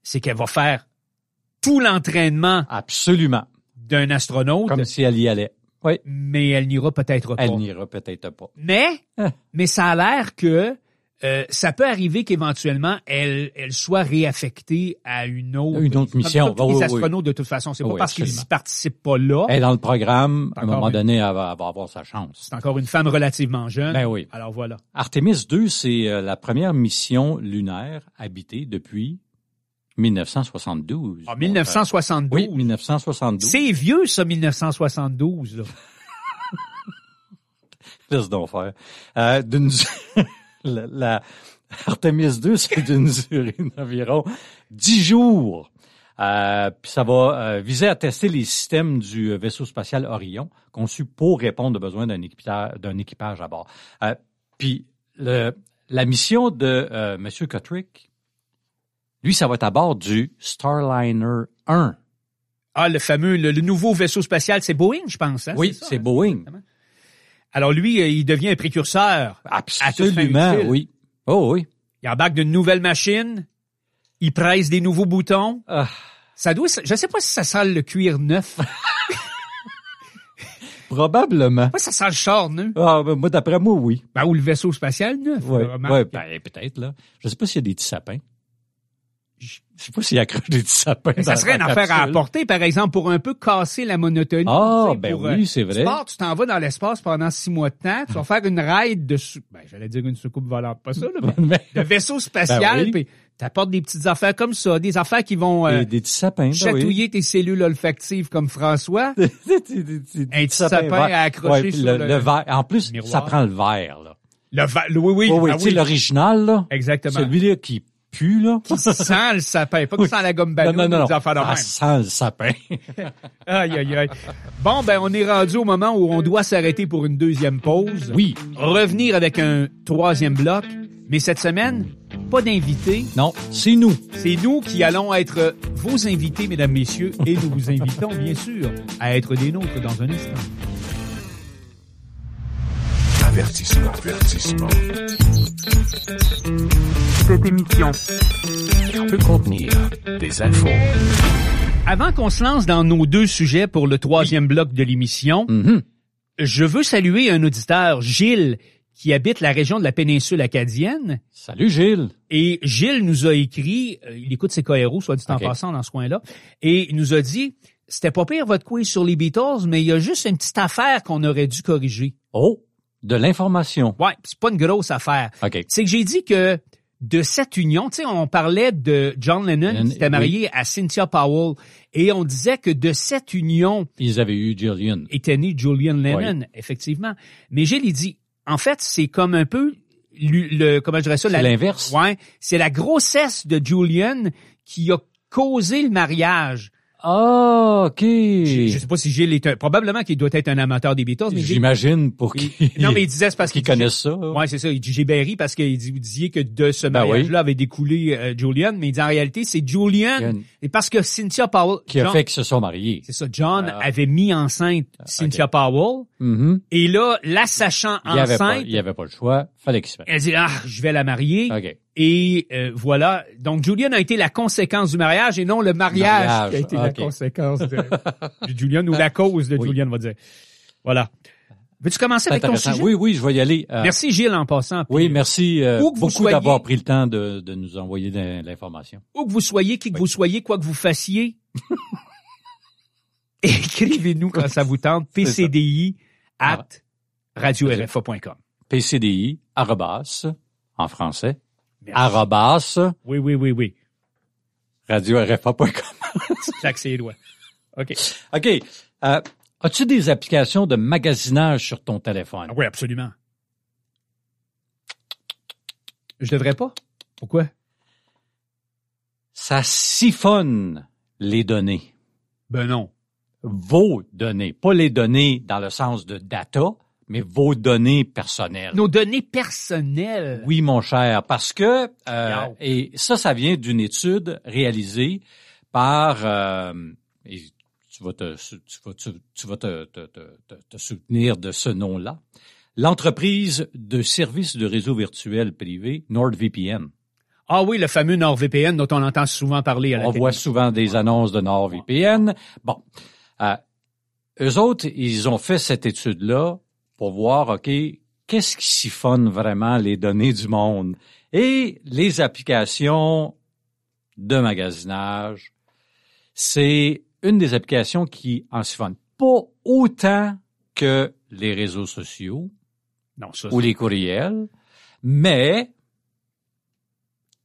Speaker 4: C'est qu'elle va faire tout l'entraînement
Speaker 5: Absolument.
Speaker 4: d'un astronaute,
Speaker 5: Comme si elle y allait. Oui.
Speaker 4: mais elle n'ira peut-être pas.
Speaker 5: Elle n'ira peut-être pas.
Speaker 4: Mais,
Speaker 5: Ah.
Speaker 4: mais ça a l'air que euh, ça peut arriver qu'éventuellement elle, elle soit réaffectée à une autre,
Speaker 5: Une autre
Speaker 4: Comme
Speaker 5: mission.
Speaker 4: tous les
Speaker 5: Oui, oui, oui.
Speaker 4: astronautes de toute façon, c'est pas
Speaker 5: Oui,
Speaker 4: parce qu'ils y
Speaker 5: absolument.
Speaker 4: participent pas là.
Speaker 5: Elle est dans le programme. À un
Speaker 4: Encore
Speaker 5: moment
Speaker 4: une-
Speaker 5: donné, elle va, elle va avoir sa chance.
Speaker 4: C'est encore une femme relativement jeune.
Speaker 5: Ben oui.
Speaker 4: Alors voilà.
Speaker 5: Artemis 2, c'est euh, la première mission lunaire habitée depuis 1972.
Speaker 4: En
Speaker 5: Donc, euh,
Speaker 4: 1972.
Speaker 5: Oui, 1972.
Speaker 4: C'est vieux, ça, 1972. Là.
Speaker 5: Laisse donc faire. Euh, d'une du- la, la- Artemis 2, c'est d'une durée d'environ 10 jours. Euh, puis ça va euh, viser à tester les systèmes du vaisseau spatial Orion, conçu pour répondre aux besoins d'un équipage, d'un équipage à bord. Euh, puis le- la mission de euh, M. Kotrick, lui, ça va être à bord du Starliner 1.
Speaker 4: Ah, le fameux, le, le nouveau vaisseau spatial, c'est Boeing, je pense. Hein,
Speaker 5: oui,
Speaker 4: ça,
Speaker 5: c'est
Speaker 4: hein?
Speaker 5: Boeing.
Speaker 4: Alors lui, euh, il devient un précurseur.
Speaker 5: Absolument,
Speaker 4: utile.
Speaker 5: oui. Oh oui.
Speaker 4: Il embarque d'une nouvelle machine, il presse des nouveaux boutons,
Speaker 5: Ah.
Speaker 4: Ça doit, je sais pas si ça sent le cuir neuf.
Speaker 5: Probablement.
Speaker 4: Moi, ça sent le char neuf.
Speaker 5: Ah, ben, moi, d'après moi, oui.
Speaker 4: Ben, ou le vaisseau spatial neuf.
Speaker 5: Oui,
Speaker 4: remarque.
Speaker 5: ouais, ben, peut-être, là. Je sais pas s'il y a des petits sapins. Je je sais pas s'il accroche des petits sapins.
Speaker 4: Mais ça
Speaker 5: dans
Speaker 4: serait une
Speaker 5: la
Speaker 4: affaire à
Speaker 5: capsule.
Speaker 4: apporter, par exemple, pour un peu casser la monotonie.
Speaker 5: Ah,
Speaker 4: tu sais,
Speaker 5: ben
Speaker 4: pour,
Speaker 5: oui, c'est vrai.
Speaker 4: Tu pars, tu t'en vas dans l'espace pendant six mois de temps, tu vas faire une ride de... sou- Ben, j'allais dire une soucoupe volante, pas ça, là, mais
Speaker 5: Mais-
Speaker 4: de vaisseau spatial,
Speaker 5: Ben oui.
Speaker 4: puis t'apportes des petites affaires comme ça, des affaires qui vont euh,
Speaker 5: Des, des petits sapins, ben oui.
Speaker 4: chatouiller tes cellules olfactives comme François.
Speaker 5: Des- des- des- des-
Speaker 4: petit
Speaker 5: des petits
Speaker 4: sapin
Speaker 5: verts.
Speaker 4: à accrocher
Speaker 5: puis
Speaker 4: sur
Speaker 5: le,
Speaker 4: le-
Speaker 5: le verre. En plus,
Speaker 4: miroir.
Speaker 5: ça prend le verre, là.
Speaker 4: Le va- le- oui, oui,
Speaker 5: Oh, oui,
Speaker 4: ah
Speaker 5: tu sais, l'original, là.
Speaker 4: Exactement.
Speaker 5: Celui-là qui pue, là.
Speaker 4: Sans le sapin, pas que
Speaker 5: Oui.
Speaker 4: sans la gomme ballon,
Speaker 5: non, non, non,
Speaker 4: des
Speaker 5: non.
Speaker 4: affaires de
Speaker 5: Ah,
Speaker 4: même.
Speaker 5: sans le sapin.
Speaker 4: Aïe, aïe, aïe. Bon, ben, on est rendu au moment où on doit s'arrêter pour une deuxième pause.
Speaker 5: Oui.
Speaker 4: Revenir avec un troisième bloc. Mais cette semaine, pas d'invité.
Speaker 5: Non, c'est nous.
Speaker 4: C'est nous qui allons être vos invités, mesdames, messieurs, et nous vous invitons, bien sûr, à être des nôtres dans un instant.
Speaker 2: Avertissement. Avertissement.
Speaker 6: Cette émission
Speaker 3: peut contenir des infos
Speaker 4: Avant qu'on se lance dans nos deux sujets pour le troisième bloc de l'émission,
Speaker 5: Mhm.
Speaker 4: je veux saluer un auditeur, Gilles, qui habite la région de la péninsule acadienne.
Speaker 5: Salut, Gilles.
Speaker 4: Et Gilles nous a écrit, euh, il écoute ses cohéros, soit dit en
Speaker 5: Ok.
Speaker 4: passant dans ce coin-là, et il nous a dit, c'était pas pire votre quiz sur les Beatles, mais il y a juste une petite affaire qu'on aurait dû corriger.
Speaker 5: Oh, de l'information.
Speaker 4: Ouais, pis c'est pas une grosse affaire.
Speaker 5: OK.
Speaker 4: C'est que j'ai dit que de cette union, tu sais, on parlait de John Lennon
Speaker 5: Lennon,
Speaker 4: qui s'était
Speaker 5: oui.
Speaker 4: marié à Cynthia Powell, et on disait que de cette union
Speaker 5: Ils avaient eu Jillian.
Speaker 4: était né Julian Lennon, effectivement. Mais Gilles, il dit, en fait, c'est comme un peu lu- le, comment je dirais ça,
Speaker 5: C'est
Speaker 4: la,
Speaker 5: l'inverse.
Speaker 4: Ouais, c'est la grossesse de Julian qui a causé le mariage.
Speaker 5: Ah, OK.
Speaker 4: Je je sais pas si Gilles est un, probablement qu'il doit être un amateur des Beatles, mais Gilles-
Speaker 5: J'imagine pour qu'ils
Speaker 4: non mais il disait c'est parce
Speaker 5: qu'ils
Speaker 4: qu'il
Speaker 5: connaissent ça.
Speaker 4: Ouais, c'est ça, il dit j'ai berri parce qu'il dit vous disiez que de ce
Speaker 5: Ben oui.
Speaker 4: mariage là avait découlé euh, Julian, mais il dit en réalité c'est Julian
Speaker 5: Julian.
Speaker 4: et parce que Cynthia Powell
Speaker 5: Qui a
Speaker 4: John-
Speaker 5: fait qu'ils se sont mariés.
Speaker 4: c'est ça John
Speaker 5: Ah.
Speaker 4: avait mis enceinte Cynthia Powell
Speaker 5: Mhm.
Speaker 4: et là la sachant
Speaker 5: Il n'y avait, pas-
Speaker 4: enceinte,
Speaker 5: il y avait pas le choix. Fallait qu'ils se marient.
Speaker 4: elle dit ah, je vais la marier.
Speaker 5: OK.
Speaker 4: Et euh, voilà. Donc, Julian a été la conséquence du mariage et non le mariage,
Speaker 5: Mariage,
Speaker 4: qui a été
Speaker 5: ok.
Speaker 4: la conséquence de, de Julian ou la cause de
Speaker 5: Oui.
Speaker 4: Julian, on va dire. Voilà. Veux-tu commencer
Speaker 5: C'est
Speaker 4: avec ton
Speaker 5: intéressant.
Speaker 4: sujet?
Speaker 5: Oui, oui, je vais y aller. Euh,
Speaker 4: Merci Gilles en passant. Puis,
Speaker 5: Oui, merci euh,
Speaker 4: Où que vous
Speaker 5: beaucoup
Speaker 4: soyez.
Speaker 5: d'avoir pris le temps de, de nous envoyer de- de l'information.
Speaker 4: Où que vous soyez, qui que
Speaker 5: Oui.
Speaker 4: vous soyez, quoi que vous fassiez, écrivez-nous quand ça vous tente.
Speaker 5: C'est ça.
Speaker 4: PCDI
Speaker 5: Ah.
Speaker 4: at radio-rfa.com.
Speaker 5: PCDI, arrobas, en français,
Speaker 4: Merci.
Speaker 5: arrobas,
Speaker 4: Oui, oui, oui, oui.
Speaker 5: radio-rfa.com.
Speaker 4: Claque ses doigts. OK.
Speaker 5: OK. Euh, As-tu des applications de magasinage sur ton téléphone?
Speaker 4: Ah Oui, absolument. Je devrais pas. Pourquoi?
Speaker 5: Ça siphonne les données,
Speaker 4: Ben non.
Speaker 5: vos données, pas les données dans le sens de data, mais vos données personnelles.
Speaker 4: nos données personnelles.
Speaker 5: Oui, mon cher, parce que euh,
Speaker 4: Miaou.
Speaker 5: et ça, ça vient d'une étude réalisée par euh, et tu vas te tu vas, tu, tu vas te, te, te, te- te soutenir de ce nom-là, l'entreprise de services de réseau virtuel privé NordVPN.
Speaker 4: Ah oui, le fameux NordVPN dont on entend souvent parler à la
Speaker 5: On
Speaker 4: télé.
Speaker 5: voit souvent des annonces de NordVPN. Bon, euh, eux autres, ils ont fait cette étude-là pour voir, OK, qu'est-ce qui siphonne vraiment les données du monde? Et les applications de magasinage, c'est une des applications qui en siphonne pas autant que les réseaux sociaux,
Speaker 4: Non, ça,
Speaker 5: ou les courriels, mais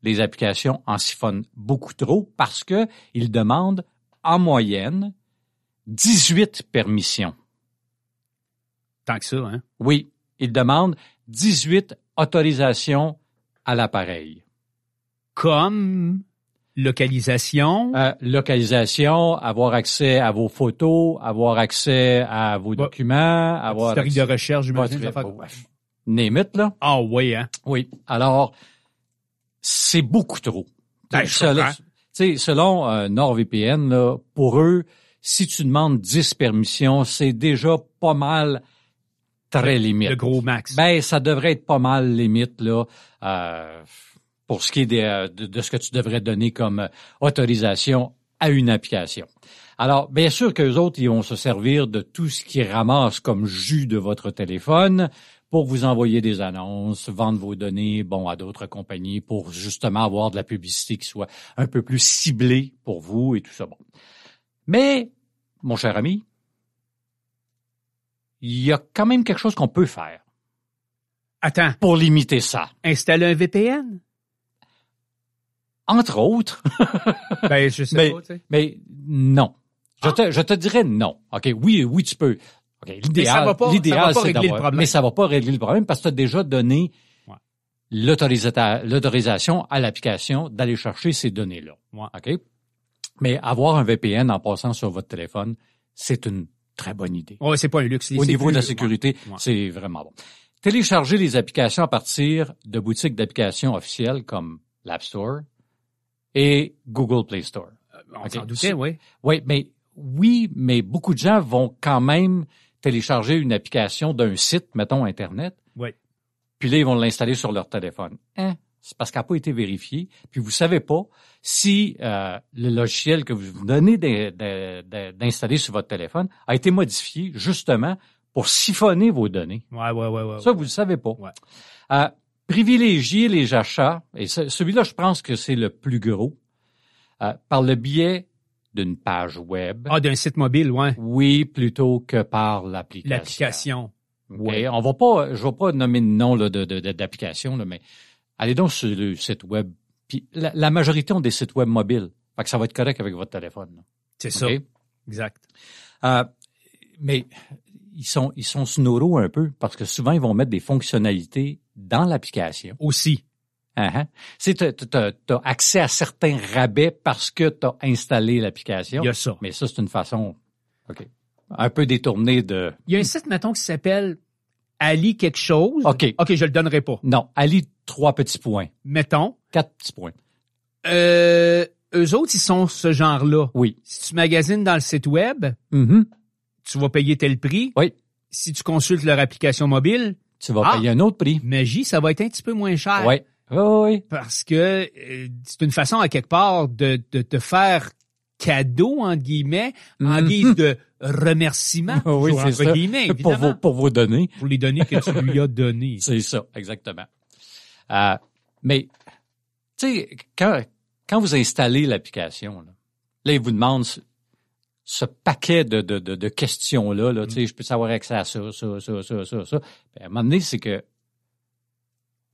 Speaker 5: les applications en siphonnent beaucoup trop parce que ils demandent en moyenne 18 permissions.
Speaker 4: tant que ça, hein.
Speaker 5: Oui, ils demandent 18 autorisations à l'appareil.
Speaker 4: Comme localisation.
Speaker 5: Euh, localisation, avoir accès à vos photos, avoir accès à vos
Speaker 4: Bah,
Speaker 5: documents, avoir
Speaker 4: historique de recherche, j'imagine. des
Speaker 5: Votre-
Speaker 4: affaires-
Speaker 5: ouais. Name it, là.
Speaker 4: Ah oui, hein.
Speaker 5: Oui. Alors, c'est beaucoup trop.
Speaker 4: Ben, je
Speaker 5: selon,
Speaker 4: comprends.
Speaker 5: tu sais, selon euh, NordVPN, là, pour eux, si tu demandes 10 permissions, c'est déjà pas mal très limite.
Speaker 4: Le gros max.
Speaker 5: Ben, ça devrait être pas mal limite, là, euh, pour ce qui est des, euh, de, de ce que tu devrais donner comme euh, autorisation à une application. Alors, bien sûr qu'eux autres, ils vont se servir de tout ce qui ramasse comme jus de votre téléphone pour vous envoyer des annonces, vendre vos données, bon, à d'autres compagnies pour justement avoir de la publicité qui soit un peu plus ciblée pour vous et tout ça. Bon. Mais, mon cher ami, il y a quand même quelque chose qu'on peut faire
Speaker 4: Attends,
Speaker 5: pour limiter ça.
Speaker 4: installer un VPN?
Speaker 5: Entre autres,
Speaker 4: Ben, je sais
Speaker 5: Mais-
Speaker 4: pas, tu sais.
Speaker 5: Mais non. Je te, je te dirais non. OK, oui, oui, tu peux. OK,
Speaker 4: Ah. Mais ça va
Speaker 5: l'idéal,
Speaker 4: pas- ça va
Speaker 5: l'idéal,
Speaker 4: pas
Speaker 5: c'est
Speaker 4: régler le
Speaker 5: d'avoir,
Speaker 4: problème.
Speaker 5: mais ça va pas régler le problème parce que tu as déjà donné
Speaker 4: Ouais.
Speaker 5: l'autorisa- l'autorisation à l'application d'aller chercher ces données-là.
Speaker 4: Ouais.
Speaker 5: OK? Mais avoir un VPN en passant sur votre téléphone, c'est une très bonne idée.
Speaker 4: Ouais, c'est pas un luxe.
Speaker 5: Au
Speaker 4: c'est
Speaker 5: niveau
Speaker 4: plus-
Speaker 5: de la sécurité,
Speaker 4: Ouais.
Speaker 5: c'est vraiment bon. Télécharger les applications à partir de boutiques d'applications officielles comme l'App Store et Google Play Store.
Speaker 4: On
Speaker 5: Ok.
Speaker 4: s'en doutait, oui.
Speaker 5: Oui, mais oui, mais beaucoup de gens vont quand même télécharger une application d'un site, mettons Internet.
Speaker 4: Oui.
Speaker 5: Puis là, ils vont l'installer sur leur téléphone. Hein? C'est parce qu'elle n'a pas été vérifiée. Puis vous savez pas si euh, le logiciel que vous venez d'in- d'in- d'in- d'installer sur votre téléphone a été modifié justement pour siphonner vos données.
Speaker 4: Ouais, ouais, ouais, ouais.
Speaker 5: Ça, vous le savez pas.
Speaker 4: Ah. Ouais.
Speaker 5: Euh, privilégier les achats, et ce- celui-là, je pense que c'est le plus gros, euh, par le biais d'une page web.
Speaker 4: Ah, d'un site mobile, ouais.
Speaker 5: Oui, plutôt que par l'application.
Speaker 4: L'application.
Speaker 5: Oui, on va pas, je vais pas nommer de nom là, de, de- de- d'application, là, mais allez donc sur le site web. Puis la, la majorité ont des sites web mobiles, fait que ça va être correct avec votre téléphone. là.
Speaker 4: C'est ça.
Speaker 5: OK?
Speaker 4: Exact.
Speaker 5: Euh, mais ils sont, ils sont snoraux un peu parce que souvent ils vont mettre des fonctionnalités dans l'application.
Speaker 4: Aussi.
Speaker 5: Uh-huh. C'est t'as, t'as- t'as accès à certains rabais parce que tu as installé l'application.
Speaker 4: Il y a ça.
Speaker 5: Mais ça, c'est une façon ok, un peu détournée de.
Speaker 4: Il y a un site, mettons, qui s'appelle Ali quelque chose.
Speaker 5: OK.
Speaker 4: OK, je le donnerai pas.
Speaker 5: Non, Ali, trois petits points.
Speaker 4: Mettons.
Speaker 5: Quatre petits points.
Speaker 4: Euh, eux autres, ils sont ce genre-là.
Speaker 5: Oui.
Speaker 4: Si tu magasines dans le site web,
Speaker 5: Mhm.
Speaker 4: tu vas payer tel prix.
Speaker 5: Oui.
Speaker 4: Si tu consultes leur application mobile,
Speaker 5: Tu vas
Speaker 4: Ah!
Speaker 5: payer un autre prix.
Speaker 4: magie, ça va être un petit peu moins cher.
Speaker 5: Oui. Oui, oui.
Speaker 4: Parce que euh, c'est une façon, à quelque part, de, de te faire cadeau, entre guillemets, en
Speaker 5: Mhm.
Speaker 4: guise de remerciement,
Speaker 5: Oui,
Speaker 4: toujours
Speaker 5: c'est
Speaker 4: entre
Speaker 5: ça.
Speaker 4: guillemets,
Speaker 5: Pour vos,
Speaker 4: évidemment,
Speaker 5: pour vos données.
Speaker 4: pour les données que tu lui as données.
Speaker 5: C'est ça, exactement. Euh, mais, tu sais, quand, quand vous installez l'application, là, là, ils vous demandent ce, ce paquet de, de, de, de questions-là. Là, tu
Speaker 4: Mm.
Speaker 5: sais, je peux savoir accès à ça, ça, ça, ça, ça, ça. Ben, à un moment donné, c'est que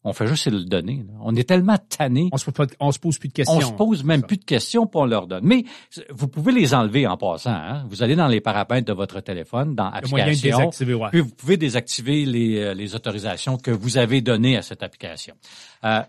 Speaker 5: on fait juste le donner. là. On est tellement tanné.
Speaker 4: On se, pose pas de- on se pose plus de questions.
Speaker 5: On se pose même
Speaker 4: ça.
Speaker 5: plus de questions, puis on leur donne. Mais c'est- vous pouvez les enlever en passant. hein. Vous allez dans les paramètres de votre téléphone, dans
Speaker 4: Le moyen de
Speaker 5: application,
Speaker 4: désactiver, ouais.
Speaker 5: puis vous pouvez désactiver les, euh, les autorisations que vous avez données à cette application. Euh,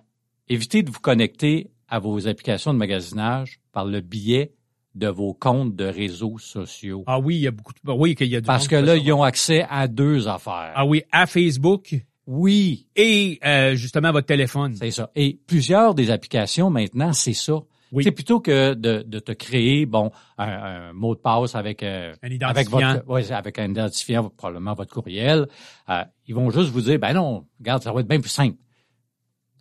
Speaker 5: évitez de vous connecter à vos applications de magasinage par le biais de vos comptes de réseaux sociaux.
Speaker 4: Ah oui, il y a beaucoup de... Oui, qu'il y a du
Speaker 5: Parce
Speaker 4: monde
Speaker 5: que
Speaker 4: qui fait
Speaker 5: là,
Speaker 4: ça.
Speaker 5: ils ont accès à deux affaires.
Speaker 4: Ah oui, à Facebook
Speaker 5: Oui,
Speaker 4: et euh, justement à votre téléphone.
Speaker 5: C'est ça. Et plusieurs des applications maintenant, c'est ça.
Speaker 4: Oui.
Speaker 5: C'est plutôt que de, de te créer bon un, un mot de passe avec euh,
Speaker 4: Un
Speaker 5: avec
Speaker 4: identifiant.
Speaker 5: votre ouais, avec un identifiant probablement votre courriel, euh, ils vont juste vous dire ben non, regarde ça va être bien plus simple.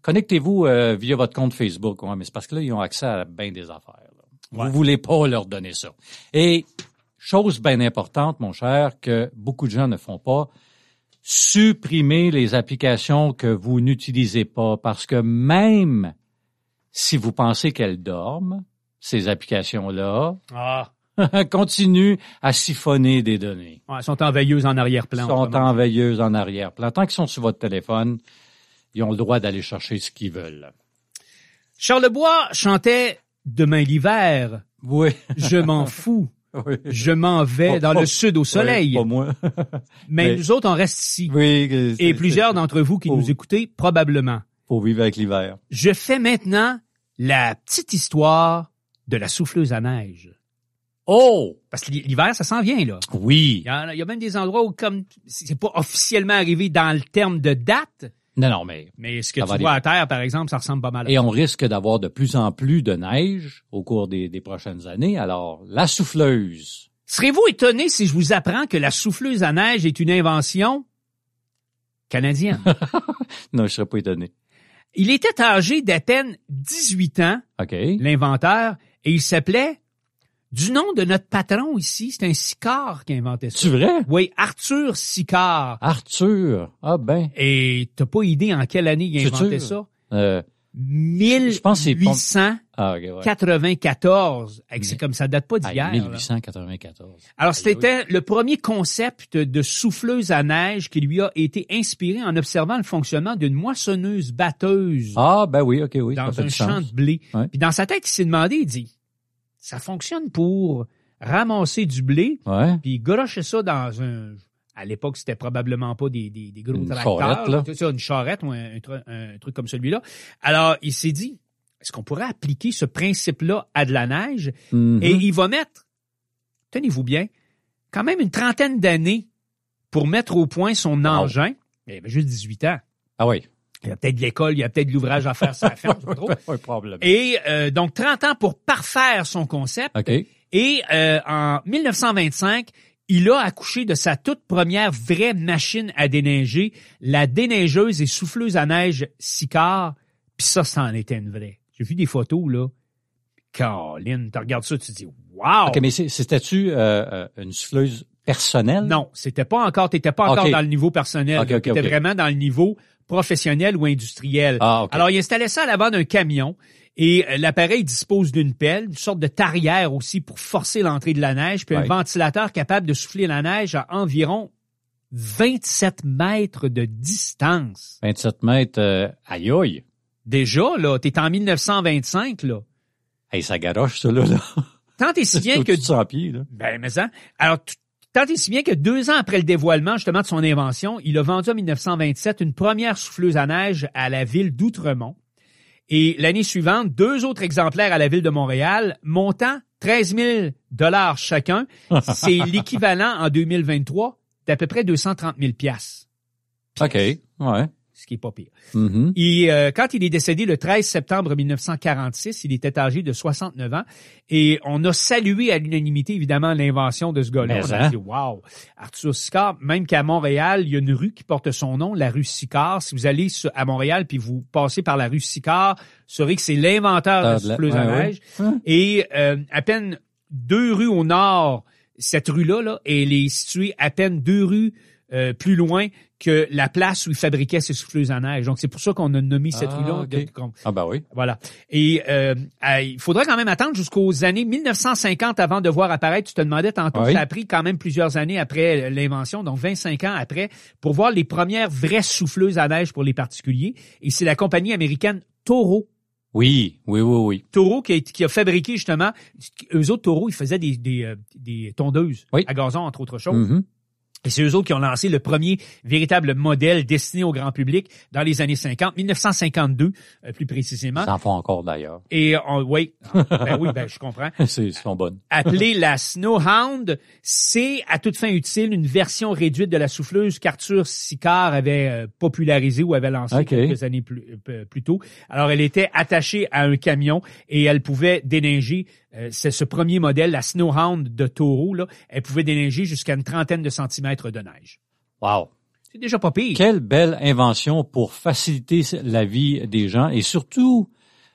Speaker 5: Connectez-vous euh, via votre compte Facebook, ouais, mais c'est parce que là ils ont accès à bien des affaires. là.
Speaker 4: Ouais.
Speaker 5: Vous voulez pas leur donner ça. Et chose bien importante, mon cher, que beaucoup de gens ne font pas, supprimer les applications que vous n'utilisez pas parce que même si vous pensez qu'elles dorment, ces applications-là
Speaker 4: Ah,
Speaker 5: continuent Hein, à siphonner des données.
Speaker 4: ouais, elles sont envahilleuses en
Speaker 5: Ils
Speaker 4: arrière-plan.
Speaker 5: sont
Speaker 4: vraiment.
Speaker 5: en veilleuse en arrière-plan. Tant qu'ils sont sur votre téléphone, ils ont le droit d'aller chercher ce qu'ils veulent.
Speaker 4: Charlebois chantait Demain l'hiver,
Speaker 5: Oui.
Speaker 4: je m'en fous,
Speaker 5: oui.
Speaker 4: je m'en vais
Speaker 5: Pas-
Speaker 4: dans
Speaker 5: pas-
Speaker 4: le sud au soleil.
Speaker 5: Ouais, pas moi.
Speaker 4: mais,
Speaker 5: mais-
Speaker 4: nous autres, on reste ici.
Speaker 5: oui. c'est-
Speaker 4: Et plusieurs d'entre vous qui
Speaker 5: Oh.
Speaker 4: nous écoutez, probablement.
Speaker 5: Pour vivre avec l'hiver.
Speaker 4: Je fais maintenant la petite histoire de la souffleuse à neige.
Speaker 5: Oh!
Speaker 4: Parce que l'hiver, ça s'en vient, là.
Speaker 5: Oui.
Speaker 4: Il y, en a, il y a même des endroits où, comme, c'est pas officiellement arrivé dans le terme de date,
Speaker 5: Non, non, mais
Speaker 4: mais ce que
Speaker 5: Ça
Speaker 4: tu
Speaker 5: va
Speaker 4: vois à terre, par exemple, ça ressemble pas mal à
Speaker 5: Et on risque d'avoir de plus en plus de neige au cours des, des prochaines années. Alors, la souffleuse.
Speaker 4: Serez-vous étonné si je vous apprends que la souffleuse à neige est une invention canadienne?
Speaker 5: Non, je serais pas étonné.
Speaker 4: il était âgé d'à peine 18 ans,
Speaker 5: OK.
Speaker 4: l'inventeur, et il s'appelait du nom de notre patron ici. C'est un Sicard qui a inventé ça.
Speaker 5: C'est vrai?
Speaker 4: Oui, Arthur Sicard.
Speaker 5: Arthur. Ah ben.
Speaker 4: Et t'as pas idée en quelle année il a
Speaker 5: C'est
Speaker 4: inventé
Speaker 5: sûr.
Speaker 4: ça?
Speaker 5: Euh, je pense que c'est
Speaker 4: 1894.
Speaker 5: ah, ok, ouais.
Speaker 4: Hey, C'est
Speaker 5: Mais-
Speaker 4: comme ça date pas
Speaker 5: Ah,
Speaker 4: d'hier. là.
Speaker 5: 1894.
Speaker 4: Alors,
Speaker 5: Aïe, aïe.
Speaker 4: c'était le premier concept de souffleuse à neige qui lui a été inspiré en observant le fonctionnement d'une moissonneuse batteuse
Speaker 5: Ah, ben oui, ok, oui. ça
Speaker 4: dans
Speaker 5: fait
Speaker 4: un
Speaker 5: du
Speaker 4: champ
Speaker 5: sens.
Speaker 4: de blé.
Speaker 5: Ouais.
Speaker 4: Puis dans sa tête, il s'est demandé, il dit, ça fonctionne pour ramasser du blé,
Speaker 5: Ouais.
Speaker 4: puis garocher ça dans un... À l'époque, c'était probablement pas des, des, des gros
Speaker 5: Une
Speaker 4: tracteurs.
Speaker 5: charrette, là.
Speaker 4: tout ça, une charrette ou un, un tru- un truc comme celui-là. Alors, il s'est dit, est-ce qu'on pourrait appliquer ce principe-là à de la neige?
Speaker 5: Mhm.
Speaker 4: Et il va mettre, tenez-vous bien, quand même une trentaine d'années pour mettre au point son engin. Il avait juste 18 ans.
Speaker 5: Ah oui.
Speaker 4: Il y a peut-être de l'école, il y a peut-être de l'ouvrage à faire, ça à faire, je sais pas trop.
Speaker 5: Pas de problème.
Speaker 4: Et euh, donc 30 ans pour parfaire son concept.
Speaker 5: OK.
Speaker 4: Et euh, en 1925, il a accouché de sa toute première vraie machine à déneiger, la déneigeuse et souffleuse à neige Sicard. Puis ça, c'en était une vraie. J'ai vu des photos, là. Caroline, tu regardes ça, tu te dis « Wow!
Speaker 5: OK, mais c'est- c'était-tu euh, euh, une souffleuse personnelle?
Speaker 4: Non, c'était pas encore, t'étais pas encore
Speaker 5: Ok.
Speaker 4: dans le niveau personnel.
Speaker 5: Ok, ok,
Speaker 4: t'étais
Speaker 5: ok.
Speaker 4: vraiment dans le niveau professionnel ou industriel.
Speaker 5: Ah, OK.
Speaker 4: Alors, il installait ça à l'avant d'un camion et euh, l'appareil dispose d'une pelle, une sorte de tarière aussi pour forcer l'entrée de la neige, puis un
Speaker 5: Ouais.
Speaker 4: ventilateur capable de souffler la neige à environ 27 mètres de distance.
Speaker 5: 27 mètres, euh, aïe aïe.
Speaker 4: Déjà, là, t'es en 1925, là.
Speaker 5: Hey, ça garoche, ça, là. là.
Speaker 4: Tant et si bien que...
Speaker 5: Au-dessus de 100 pieds, là.
Speaker 4: Ben, mais ça. Alors, t- tant et si bien que deux ans après le dévoilement, justement, de son invention, il a vendu en 1927 une première souffleuse à neige à la ville d'Outremont. Et l'année suivante, deux autres exemplaires à la ville de Montréal, montant 13 000 dollars chacun. C'est l'équivalent en 2023 d'à peu près 230 000 piastres,
Speaker 5: OK, ouais.
Speaker 4: ce qui est pas pire.
Speaker 5: Mhm.
Speaker 4: Et euh, quand il est décédé le 13 septembre 1946, il était âgé de 69 ans et on a salué à l'unanimité évidemment l'invention de ce gars-là.
Speaker 5: Mais,
Speaker 4: On a
Speaker 5: hein?
Speaker 4: dit wow, Arthur Sicard, même qu'à Montréal, il y a une rue qui porte son nom, la rue Sicard. Si vous allez sur- à Montréal puis vous passez par la rue Sicard, vous saurez que c'est l'inventeur de la
Speaker 5: Ah, de la-
Speaker 4: souffleuse à
Speaker 5: ouais, ouais.
Speaker 4: neige.
Speaker 5: Hein?
Speaker 4: Et euh, à peine deux rues au nord, cette rue-là, là, elle est située à peine deux rues euh, plus loin que la place où il fabriquait ses souffleuses à neige. Donc, c'est pour ça qu'on a nommé cette
Speaker 5: Ah,
Speaker 4: rue-là.
Speaker 5: ok.
Speaker 4: de- comme-
Speaker 5: Ah ben oui.
Speaker 4: Voilà. Et euh, euh, il faudrait quand même attendre jusqu'aux années 1950 avant de voir apparaître. Tu te demandais tantôt,
Speaker 5: Oui.
Speaker 4: ça a pris quand même plusieurs années après l'invention, donc 25 ans après, pour voir les premières vraies souffleuses à neige pour les particuliers. Et c'est la compagnie américaine Toro
Speaker 5: Oui, oui, oui, oui.
Speaker 4: taureau qui a, qui a fabriqué justement, eux autres taureaux, ils faisaient des, des, euh, des tondeuses
Speaker 5: Oui.
Speaker 4: à gazon, entre autres choses.
Speaker 5: Mhm.
Speaker 4: Et c'est eux autres qui ont lancé le premier véritable modèle destiné au grand public dans les années 50, 1952 euh, plus précisément.
Speaker 5: Ils en font encore, d'ailleurs.
Speaker 4: Et euh, on, oui, ben oui, ben je comprends.
Speaker 5: C'est- Ils sont bonnes.
Speaker 4: Appelée la Snowhound, c'est à toute fin utile une version réduite de la souffleuse qu'Arthur Sicard avait euh, popularisée ou avait lancée
Speaker 5: Ok.
Speaker 4: quelques années plus, euh, plus tôt. Alors, elle était attachée à un camion et elle pouvait déneiger, euh, c'est ce premier modèle, la Snowhound de taureau, là, elle pouvait déneiger jusqu'à une trentaine de centimètres de neige.
Speaker 5: Wow.
Speaker 4: C'est déjà pas pire.
Speaker 5: Quelle belle invention pour faciliter la vie des gens et surtout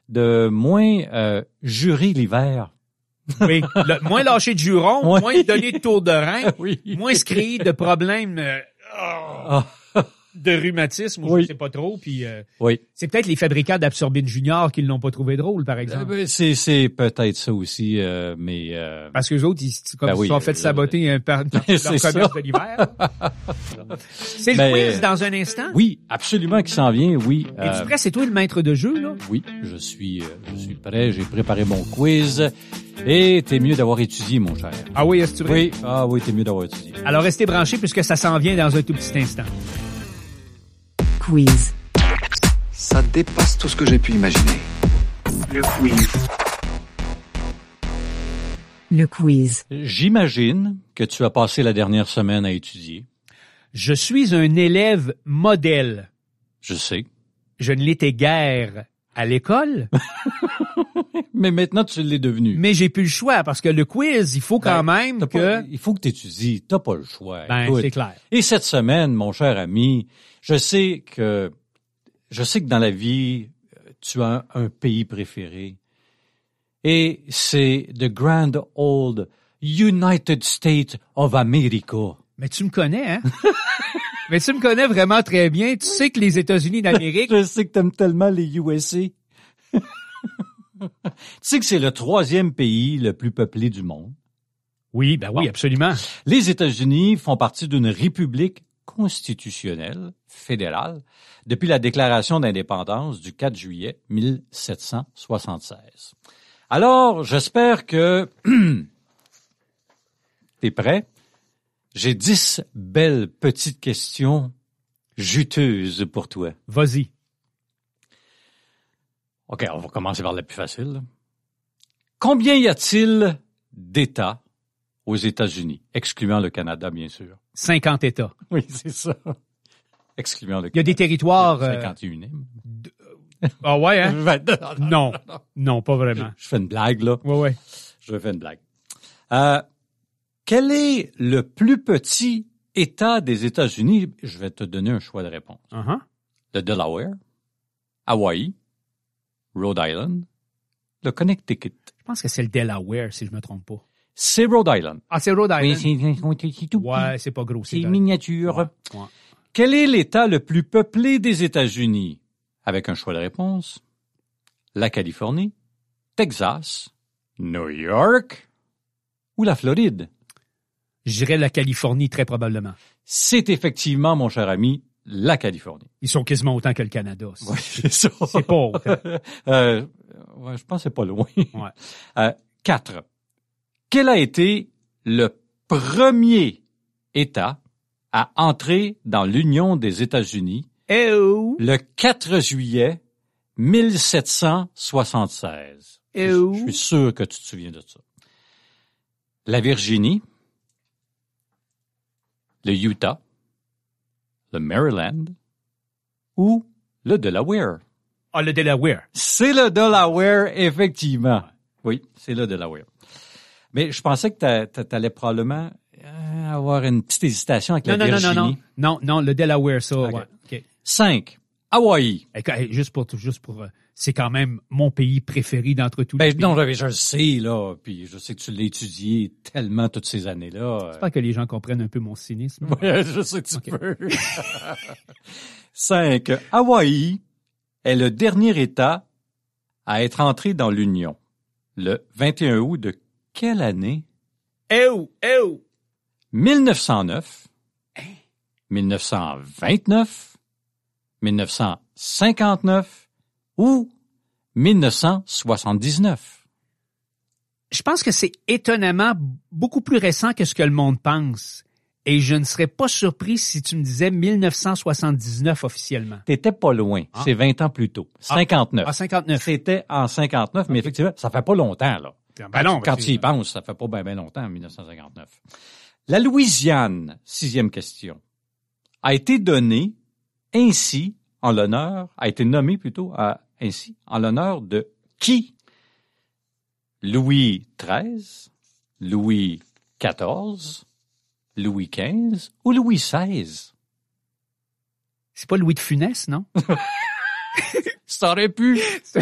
Speaker 5: de moins euh, jurer l'hiver.
Speaker 4: Oui. Le- moins lâcher de jurons,
Speaker 5: Ouais.
Speaker 4: moins donner de tour de rein,
Speaker 5: Oui.
Speaker 4: moins se créer de problèmes euh, oh,
Speaker 5: Ah,
Speaker 4: de rhumatisme, ou
Speaker 5: Oui.
Speaker 4: je sais pas trop, puis... euh,
Speaker 5: oui.
Speaker 4: C'est peut-être les fabricants d'Absorbine Junior qui l'ont pas trouvé drôle, par
Speaker 5: Euh,
Speaker 4: exemple.
Speaker 5: ben, C'est c'est peut-être ça aussi, euh, mais euh,
Speaker 4: Parce que les autres, ils se comme
Speaker 5: Ben
Speaker 4: ils se
Speaker 5: oui,
Speaker 4: sont fait
Speaker 5: euh,
Speaker 4: saboter euh, par, par
Speaker 5: C'est
Speaker 4: leur
Speaker 5: ça.
Speaker 4: commerce de l'hiver. C'est le
Speaker 5: Ben,
Speaker 4: quiz dans un instant.
Speaker 5: oui, absolument qui s'en vient, oui.
Speaker 4: Et
Speaker 5: euh,
Speaker 4: tu prêt, c'est toi le maître de jeu, là?
Speaker 5: Oui, je suis, euh, je suis prêt, j'ai préparé mon quiz. Et t'es mieux d'avoir étudié, mon cher.
Speaker 4: Ah oui, est-ce que tu veux?
Speaker 5: Oui, ah oui, t'es mieux d'avoir étudié.
Speaker 4: Alors, restez branchés puisque ça s'en vient dans un tout petit instant.
Speaker 6: Quiz.
Speaker 7: Ça dépasse tout ce que j'ai pu imaginer.
Speaker 6: Le quiz.
Speaker 5: J'imagine que tu as passé la dernière semaine à étudier.
Speaker 4: Je suis un élève modèle.
Speaker 5: Je sais.
Speaker 4: Je ne l'étais guère à l'école,
Speaker 5: Mais maintenant, tu l'es devenu.
Speaker 4: mais j'ai plus le choix parce que le quiz, il faut quand
Speaker 5: Ben,
Speaker 4: même
Speaker 5: T'as pas-
Speaker 4: que...
Speaker 5: il faut que tu étudies. T'as pas le choix.
Speaker 4: euh, Ben,
Speaker 5: Écoute.
Speaker 4: c'est clair.
Speaker 5: Et cette semaine, mon cher ami, je sais que, je sais que dans la vie, euh, tu as un, un pays préféré. Et c'est The Grand Old United States of America.
Speaker 4: Mais tu me connais, hein? Mais tu me connais vraiment très bien. Tu sais que les États-Unis d'Amérique,
Speaker 5: Je sais que t'aimes tellement les USA. tu sais que c'est le troisième pays le plus peuplé du monde.
Speaker 4: oui, ben oui, absolument.
Speaker 5: Les États-Unis font partie d'une république constitutionnelle fédérale depuis la déclaration d'indépendance du 4 juillet 1776. Alors, j'espère que t'es prêt. J'ai dix belles petites questions juteuses pour toi.
Speaker 4: Vas-y.
Speaker 5: OK, on va commencer par la plus facile. là. Combien y a-t-il d'États aux États-Unis, excluant le Canada, bien sûr?
Speaker 4: 50 États.
Speaker 5: Oui, c'est ça. Excluant le Canada.
Speaker 4: Il y a des territoires. euh,
Speaker 5: 51
Speaker 4: Ah ouais, hein? Non. Non, pas vraiment.
Speaker 5: Je fais une blague, là.
Speaker 4: Ouais, ouais.
Speaker 5: Je fais une blague. Euh, quel est le plus petit État des États-Unis? Je vais te donner un choix de réponse.
Speaker 4: Uh-huh.
Speaker 5: Le Delaware, Hawaï, Rhode Island, le Connecticut.
Speaker 4: Je pense que c'est le Delaware, si je me trompe pas.
Speaker 5: C'est Rhode Island.
Speaker 4: Ah, c'est Rhode Island.
Speaker 5: c'est tout
Speaker 4: ouais, c'est pas gros.
Speaker 5: C'est
Speaker 4: dans-
Speaker 5: miniature.
Speaker 4: Ouais, ouais.
Speaker 5: Quel est l'État le plus peuplé des États-Unis? Avec un choix de réponse. La Californie, Texas, New York ou la Floride?
Speaker 4: J'irais la Californie, très probablement.
Speaker 5: C'est effectivement, mon cher ami, la Californie.
Speaker 4: Ils sont quasiment autant que le Canada. C'est-
Speaker 5: c'est ça.
Speaker 4: C'est pas autant.
Speaker 5: Euh, ouais, je pense que c'est pas loin.
Speaker 4: Ouais.
Speaker 5: Euh, quatre. Quel a été le premier État à entrer dans l'Union des États-Unis
Speaker 4: Eh oh!
Speaker 5: le 4 juillet 1776?
Speaker 4: Eh
Speaker 5: Je-
Speaker 4: oh!
Speaker 5: Je suis sûr que tu te souviens de ça. La Virginie, le Utah, le Maryland ou le Delaware?
Speaker 4: Ah, le Delaware.
Speaker 5: C'est le Delaware, effectivement. Oui, c'est le Delaware. Mais je pensais que t'a- t'a- t'allais probablement euh, avoir une petite hésitation avec
Speaker 4: Non, non,
Speaker 5: la
Speaker 4: non, non,
Speaker 5: Virginie.
Speaker 4: non. Non, non, le Delaware, ça,
Speaker 5: Ok.
Speaker 4: ouais. OK.
Speaker 5: Cinq. Hawaï.
Speaker 4: Eh, quand- eh, Juste pour, juste pour, euh, c'est quand même mon pays préféré d'entre tous les
Speaker 5: Ben
Speaker 4: pays.
Speaker 5: non, je, je le sais, là. Puis je sais que tu l'as étudié tellement toutes ces années-là.
Speaker 4: J'espère que les gens comprennent un peu mon cynisme.
Speaker 5: Ouais, je sais que tu
Speaker 4: Ok.
Speaker 5: peux. Cinq. Hawaï est le dernier État à être entré dans l'Union. Le 21 août de quelle année?
Speaker 4: Eh oh! Eh oh!
Speaker 5: 1909, 1929, 1959 ou 1979.
Speaker 4: Je pense que c'est étonnamment beaucoup plus récent que ce que le monde pense. Et je ne serais pas surpris si tu me disais 1979 officiellement.
Speaker 5: T'étais pas loin.
Speaker 4: Ah.
Speaker 5: C'est 20 ans plus tôt. 59.
Speaker 4: Ah, 59.
Speaker 5: C'était en 59, mais effectivement, ça fait pas longtemps, là.
Speaker 4: Ben non,
Speaker 5: Quand
Speaker 4: c'est-
Speaker 5: tu y penses, ça fait pas bien longtemps, 1959. La Louisiane, sixième question, a été donnée ainsi en l'honneur, a été nommée plutôt à- ainsi en l'honneur de qui? Louis XIII, Louis XIV, Louis XV ou Louis XVI?
Speaker 4: C'est pas Louis de Funès, non?
Speaker 5: Ça aurait pu.
Speaker 4: Hein?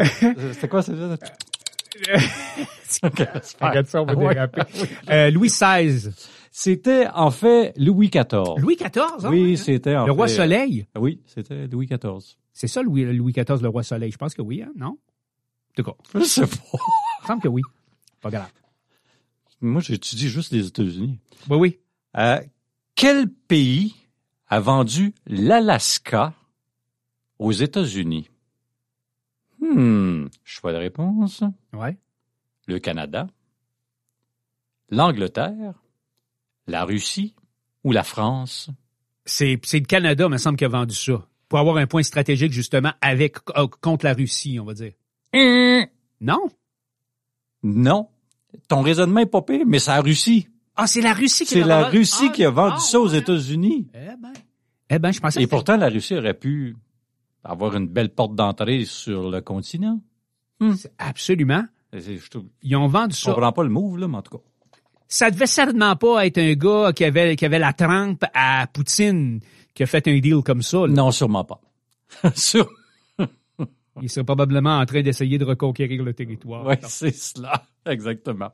Speaker 5: Euh, C'était quoi, c'est ça?
Speaker 4: Euh, Ah, Regarde ça, on va déraper. Euh, Louis XVI.
Speaker 5: C'était en fait Louis XIV.
Speaker 4: Louis XIV, hein?
Speaker 5: oui, c'était en
Speaker 4: Le roi
Speaker 5: fait-
Speaker 4: Soleil.
Speaker 5: Oui, c'était Louis XIV.
Speaker 4: C'est ça, Louis, Louis XIV, le roi Soleil. Je pense que oui, hein? Non? En tout cas,
Speaker 5: Je sais pas.
Speaker 4: il me semble que oui. Pas grave.
Speaker 5: Moi, j'étudie juste les États-Unis.
Speaker 4: Oui, oui.
Speaker 5: Euh, quel pays a vendu l'Alaska aux États-Unis? Hmm, choix de réponse.
Speaker 4: Ouais.
Speaker 5: Le Canada, l'Angleterre, la Russie ou la France?
Speaker 4: C'est, c'est le Canada, me semble, qui a vendu ça. Pour avoir un point stratégique, justement, avec, euh, contre la Russie, on va dire. Euh. Non?
Speaker 5: Non. Ton raisonnement est pas pire, mais c'est la Russie.
Speaker 4: Ah, c'est la Russie qui
Speaker 5: C'est
Speaker 4: l'a
Speaker 5: la
Speaker 4: vendu.
Speaker 5: Russie
Speaker 4: Ah,
Speaker 5: qui a vendu
Speaker 4: ah,
Speaker 5: ça aux
Speaker 4: ouais.
Speaker 5: États-Unis.
Speaker 4: Eh ben. Eh ben, je pensais
Speaker 5: Et
Speaker 4: que
Speaker 5: pourtant, la Russie aurait pu avoir une belle porte d'entrée sur le continent.
Speaker 4: c'était- Absolument.
Speaker 5: C'est- c'est- Je ne
Speaker 4: Ils ont vendu ça.
Speaker 5: comprends pas le move, là, mais en tout cas.
Speaker 4: Ça devait certainement pas être un gars qui avait, qui avait la trempe à Poutine qui a fait un deal comme ça. là.
Speaker 5: Non, sûrement pas. Sûre-
Speaker 4: Il serait probablement en train d'essayer de reconquérir le territoire.
Speaker 5: Oui, c'est cela, exactement.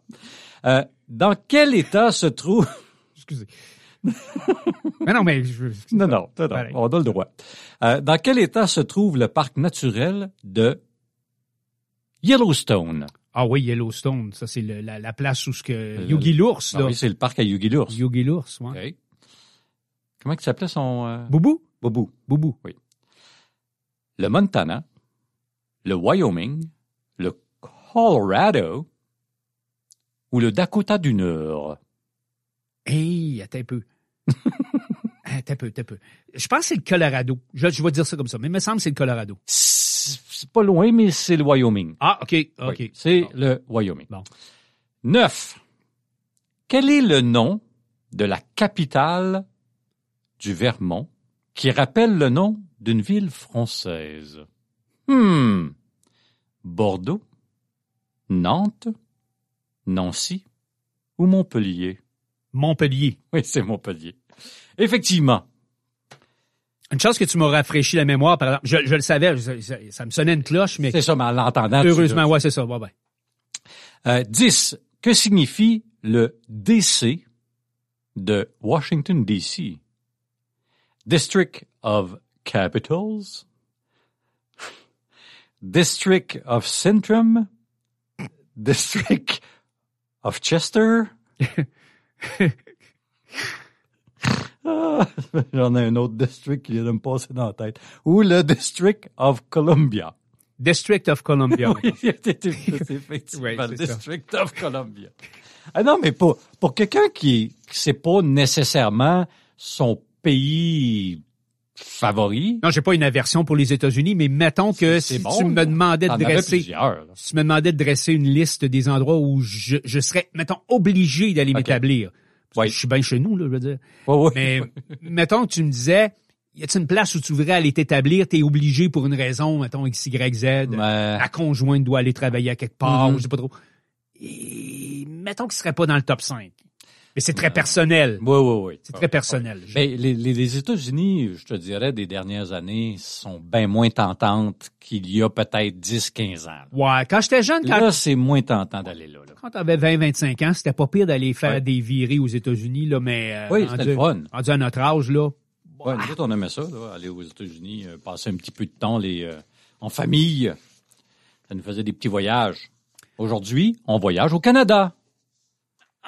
Speaker 5: Euh, dans quel état se trouve...
Speaker 4: Excusez. mais non, mais je...
Speaker 5: Non, non, non, non,
Speaker 4: Pareil.
Speaker 5: on a le droit. Euh, dans quel état se trouve le parc naturel de Yellowstone?
Speaker 4: Ah oui, Yellowstone, ça c'est le- la, la place où ce que
Speaker 5: Le-
Speaker 4: Yogi l'ours
Speaker 5: Ah
Speaker 4: là.
Speaker 5: oui, c'est le parc à Yugilours.
Speaker 4: Yogi l'ours, ouais.
Speaker 5: Ok. Comment il s'appelait son... euh,
Speaker 4: Boubou,
Speaker 5: Boubou.
Speaker 4: Boubou.
Speaker 5: Le Montana, le Wyoming, le Colorado ou le Dakota du Nord?
Speaker 4: Hey, attends un peu. attends un peu, attends un peu. Je pense que c'est le Colorado. Je, je vais dire ça comme ça, mais il me semble que c'est le Colorado.
Speaker 5: C'est c'est pas loin, mais c'est le Wyoming.
Speaker 4: Ah, OK, OK.
Speaker 5: Oui, c'est
Speaker 4: Bon.
Speaker 5: le Wyoming.
Speaker 4: Bon.
Speaker 5: Neuf. Quel est le nom de la capitale du Vermont qui rappelle le nom d'une ville française? Hmm. Bordeaux, Nantes, Nancy ou Montpellier?
Speaker 4: Montpellier.
Speaker 5: Oui, c'est Montpellier. Effectivement.
Speaker 4: Une chose que tu m'as rafraîchi la mémoire, par exemple. Je, je le savais, je- ça, ça me sonnait une cloche, mais
Speaker 5: C'est ça, mais en l'entendant. tu-
Speaker 4: heureusement, ouais, c'est ça. Ouais, ouais.
Speaker 5: Euh, 10. Que signifie le DC de Washington, D.C.? District of Capitals? District of Centrum? District of Chester? Ah, J'en ai un autre district qui vient de me passer dans la tête. Ou le District of Columbia.
Speaker 4: District of Columbia.
Speaker 5: Oui, c'est effectivement
Speaker 4: Oui,
Speaker 5: le
Speaker 4: c'est ça.
Speaker 5: District of Columbia. Ah non, mais pour, pour quelqu'un qui ne sait pas nécessairement son pays favori,
Speaker 4: Non, j'ai pas une aversion pour les États-Unis, mais mettons que
Speaker 5: c'est
Speaker 4: si
Speaker 5: bon.
Speaker 4: tu me
Speaker 5: là.
Speaker 4: demandais de
Speaker 5: T'en avais
Speaker 4: dresser,
Speaker 5: plusieurs, là.
Speaker 4: si tu me demandais de dresser une liste des endroits où je, je serais, mettons, obligé d'aller m'établir. Parce que
Speaker 5: Ouais.
Speaker 4: Je suis bien chez nous, là, je veux dire.
Speaker 5: Ouais, ouais.
Speaker 4: Mais mettons que tu me disais, y a-t-il une place où tu voudrais aller t'établir, t'es obligé pour une raison, mettons X, Y, Z,
Speaker 5: Mais-
Speaker 4: la conjointe doit aller travailler à quelque part,
Speaker 5: Mhm.
Speaker 4: ou je sais pas trop. Et mettons qu'il serait pas dans le top 5. Mais c'est très personnel.
Speaker 5: Oui, oui, oui.
Speaker 4: C'est très personnel. Je-
Speaker 5: Mais les, les- les États-Unis, je te dirais, des dernières années, sont bien moins tentantes qu'il y a peut-être 10-15 ans. là.
Speaker 4: Ouais, quand j'étais jeune, quand, Euh,
Speaker 5: Là, c'est moins tentant d'aller là. là.
Speaker 4: quand t'avais 20-25 ans, c'était pas pire d'aller faire
Speaker 5: Ouais.
Speaker 4: des virées aux États-Unis, là, mais euh,
Speaker 5: Oui, c'était
Speaker 4: rendu,
Speaker 5: le fun.
Speaker 4: rendu à notre âge, là.
Speaker 5: Ouais, nous autres, on aimait ça, là, aller aux États-Unis, euh, passer un petit peu de temps les, euh, en famille. Ça nous faisait des petits voyages. Aujourd'hui, on voyage au Canada.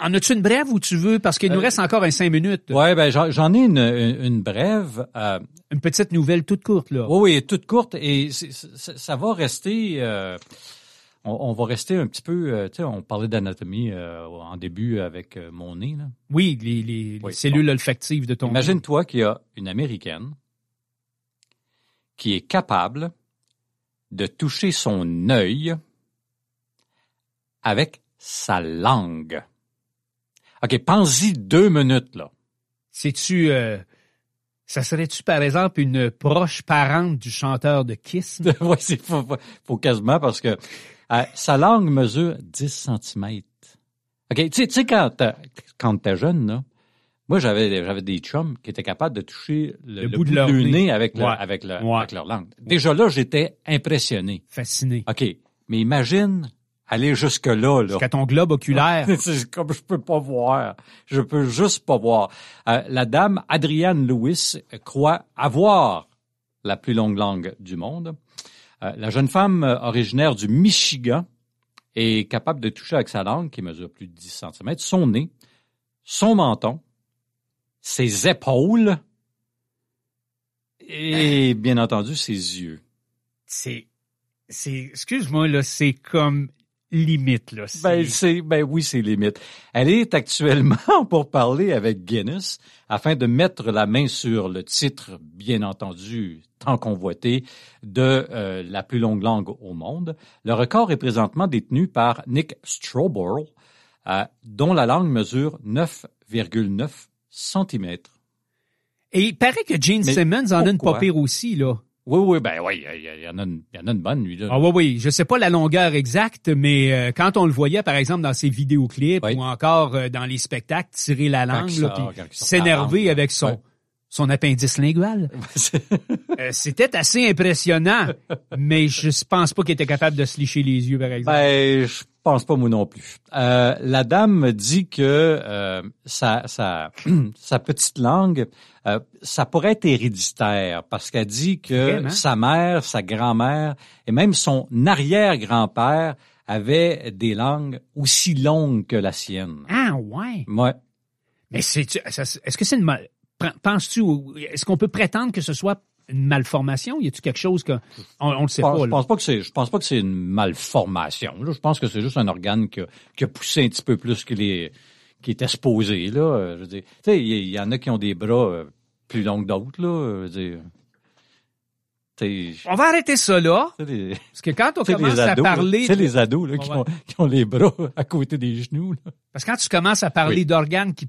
Speaker 4: En as-tu une brève ou tu veux? Parce qu'il nous
Speaker 5: Euh,
Speaker 4: reste encore un 5 minutes.
Speaker 5: Ouais, ben j'en j'en ai une, une, une brève. euh,
Speaker 4: Une petite nouvelle toute courte, là.
Speaker 5: oui, oui, toute courte et c'est- c'est- ça- ça va rester. euh, on, on va rester un petit peu. euh, tu sais, on parlait d'anatomie euh, en début avec euh, mon nez. Là.
Speaker 4: Oui, les, les- les
Speaker 5: Oui,
Speaker 4: cellules olfactives de ton
Speaker 5: Imagine-toi qu'il y a une Américaine qui est capable de toucher son œil avec sa langue. OK, pense-y deux minutes, là.
Speaker 4: C'est-tu... euh, ça serait-tu, par exemple, une proche parente du chanteur de Kiss? non?
Speaker 5: ouais, c'est faut, faut- faut quasiment parce que euh, sa langue mesure 10 cm. OK, tu sais- tu sais, quand t'as- quand t'es jeune, là, moi, j'avais j'avais des chums qui étaient capables de toucher le, le bout, de leur nez, avec, le-
Speaker 4: Ouais.
Speaker 5: avec, le-
Speaker 4: Ouais.
Speaker 5: avec leur langue. Déjà là, j'étais impressionné.
Speaker 4: Fasciné.
Speaker 5: OK, mais imagine aller jusque-là. Ah, Là. Ah.
Speaker 4: Jusqu'à ton globe oculaire.
Speaker 5: C'est comme je peux pas voir. Je peux juste pas voir. Euh, la dame Adrienne Lewis croit avoir la plus longue langue du monde. Euh, la jeune femme euh, originaire du Michigan est capable de toucher avec sa langue, qui mesure plus de 10 cm, son nez, son menton, ses épaules et bien entendu ses yeux.
Speaker 4: C'est... c'est Excuse-moi, là, c'est comme limite, là. C'est-
Speaker 5: Ben, c'est, ben oui, c'est limite. Elle est actuellement pour parler avec Guinness afin de mettre la main sur le titre, bien entendu, tant convoité, de euh, la plus longue langue au monde. Le record est présentement détenu par Nick Strobel, euh, dont la langue mesure 9,9 cm.
Speaker 4: Et il paraît que Gene
Speaker 5: Mais
Speaker 4: Simmons en a une
Speaker 5: pourquoi?
Speaker 4: pas pire aussi, là.
Speaker 5: Oui, oui, ben oui, il y, en a une- il y en a une bonne, lui, là.
Speaker 4: Ah oui, oui. Je sais pas la longueur exacte, mais euh, quand on le voyait, par exemple, dans ses vidéoclips
Speaker 5: Oui.
Speaker 4: ou encore euh, dans les spectacles, tirer la
Speaker 5: Quand
Speaker 4: langue,
Speaker 5: il
Speaker 4: là,
Speaker 5: sort,
Speaker 4: puis
Speaker 5: quand il sort la
Speaker 4: s'énerver
Speaker 5: langue,
Speaker 4: avec
Speaker 5: ouais.
Speaker 4: son son appendice lingual. Euh, C'était assez impressionnant, mais je pense pas qu'il était capable de se licher les yeux, par exemple.
Speaker 5: Ben, je pense pas moi non plus. Euh, la dame me dit que euh, sa, sa, sa petite langue, euh, ça pourrait être héréditaire parce qu'elle dit que
Speaker 4: Vraiment?
Speaker 5: sa mère, sa grand-mère et même son arrière-grand-père avaient des langues aussi longues que la sienne.
Speaker 4: Ah ouais.
Speaker 5: Ouais.
Speaker 4: Mais c'est tu- ça- est-ce que c'est une mal- pre- penses-tu au- est-ce qu'on peut prétendre que ce soit une malformation, y a-tu quelque chose que on, on le sait
Speaker 5: Je
Speaker 4: pas
Speaker 5: pense- je
Speaker 4: là.
Speaker 5: pense pas que c'est, je pense pas que c'est une malformation. là. Je pense que c'est juste un organe qui a, qui a poussé un petit peu plus qu'il est, qui était supposé. Là, Euh, je veux dire, tu sais, il y, il y en a qui ont des bras euh, plus longs que d'autres. Là, Euh, je veux dire, Tu sais,
Speaker 4: On va arrêter ça là
Speaker 5: tu sais, les- tu
Speaker 4: parce que quand on
Speaker 5: sais,
Speaker 4: commence
Speaker 5: les
Speaker 4: à
Speaker 5: ados, là, tu
Speaker 4: parler
Speaker 5: sais, les ados là, qui,
Speaker 4: Ouais.
Speaker 5: ont, qui ont les bras à côté des genoux. là.
Speaker 4: parce que quand tu commences à parler
Speaker 5: Oui.
Speaker 4: d'organes qui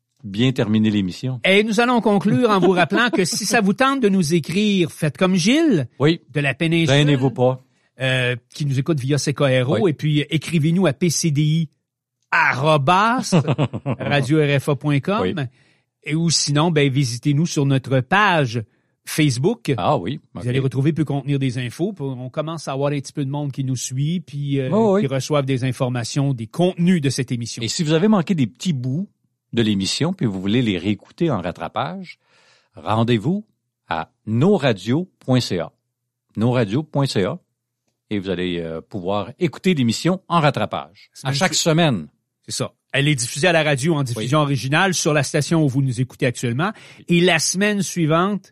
Speaker 5: bien terminer l'émission.
Speaker 4: Et nous allons conclure en vous rappelant que si ça vous tente de nous écrire, faites comme Gilles
Speaker 5: Oui.
Speaker 4: de la péninsule.
Speaker 5: Gênez-vous pas.
Speaker 4: euh, qui nous écoute via CKRO.
Speaker 5: Oui.
Speaker 4: Et puis, euh, écrivez-nous à PCDI arrobas radiorfa.com.
Speaker 5: Oui.
Speaker 4: Et ou sinon, ben, visitez-nous sur notre page Facebook.
Speaker 5: Ah oui. ok.
Speaker 4: Vous allez retrouver peut contenir des infos. Puis On commence à avoir un petit peu de monde qui nous suit, puis euh,
Speaker 5: Oh, oui.
Speaker 4: qui reçoivent des informations, des contenus de cette émission.
Speaker 5: Et si vous avez manqué des petits bouts de l'émission puis vous voulez les réécouter en rattrapage, rendez-vous à nosradio.ca. nosradio.ca et vous allez euh, pouvoir écouter l'émission en rattrapage à
Speaker 4: même
Speaker 5: chaque semaine.
Speaker 4: C'est ça. Elle est diffusée à la radio en diffusion originale sur la station où vous nous écoutez actuellement. Et la semaine suivante,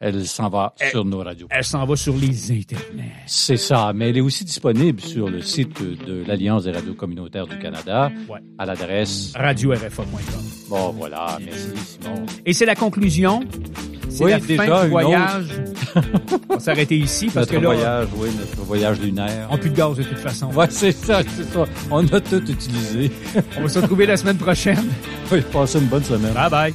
Speaker 5: Elle s'en va
Speaker 4: Eh.
Speaker 5: sur nos radios.
Speaker 4: elle s'en va sur les internets.
Speaker 5: C'est ça, mais elle est aussi disponible sur le site de l'Alliance des radios communautaires du Canada
Speaker 4: Ouais.
Speaker 5: à l'adresse.
Speaker 4: RadioRFA.com.
Speaker 5: Bon voilà, merci Simon.
Speaker 4: Et c'est la conclusion. C'est
Speaker 5: Oui,
Speaker 4: la
Speaker 5: déjà
Speaker 4: fin
Speaker 5: une
Speaker 4: du voyage. on va s'arrêter ici parce
Speaker 5: Notre
Speaker 4: que là,
Speaker 5: voyage, oui, notre voyage lunaire.
Speaker 4: on n'a plus de gaz de toute façon.
Speaker 5: Ouais, c'est ça, c'est ça. On a tout utilisé.
Speaker 4: On va se retrouver la semaine prochaine.
Speaker 5: Oui, passez une bonne semaine.
Speaker 4: Bye bye.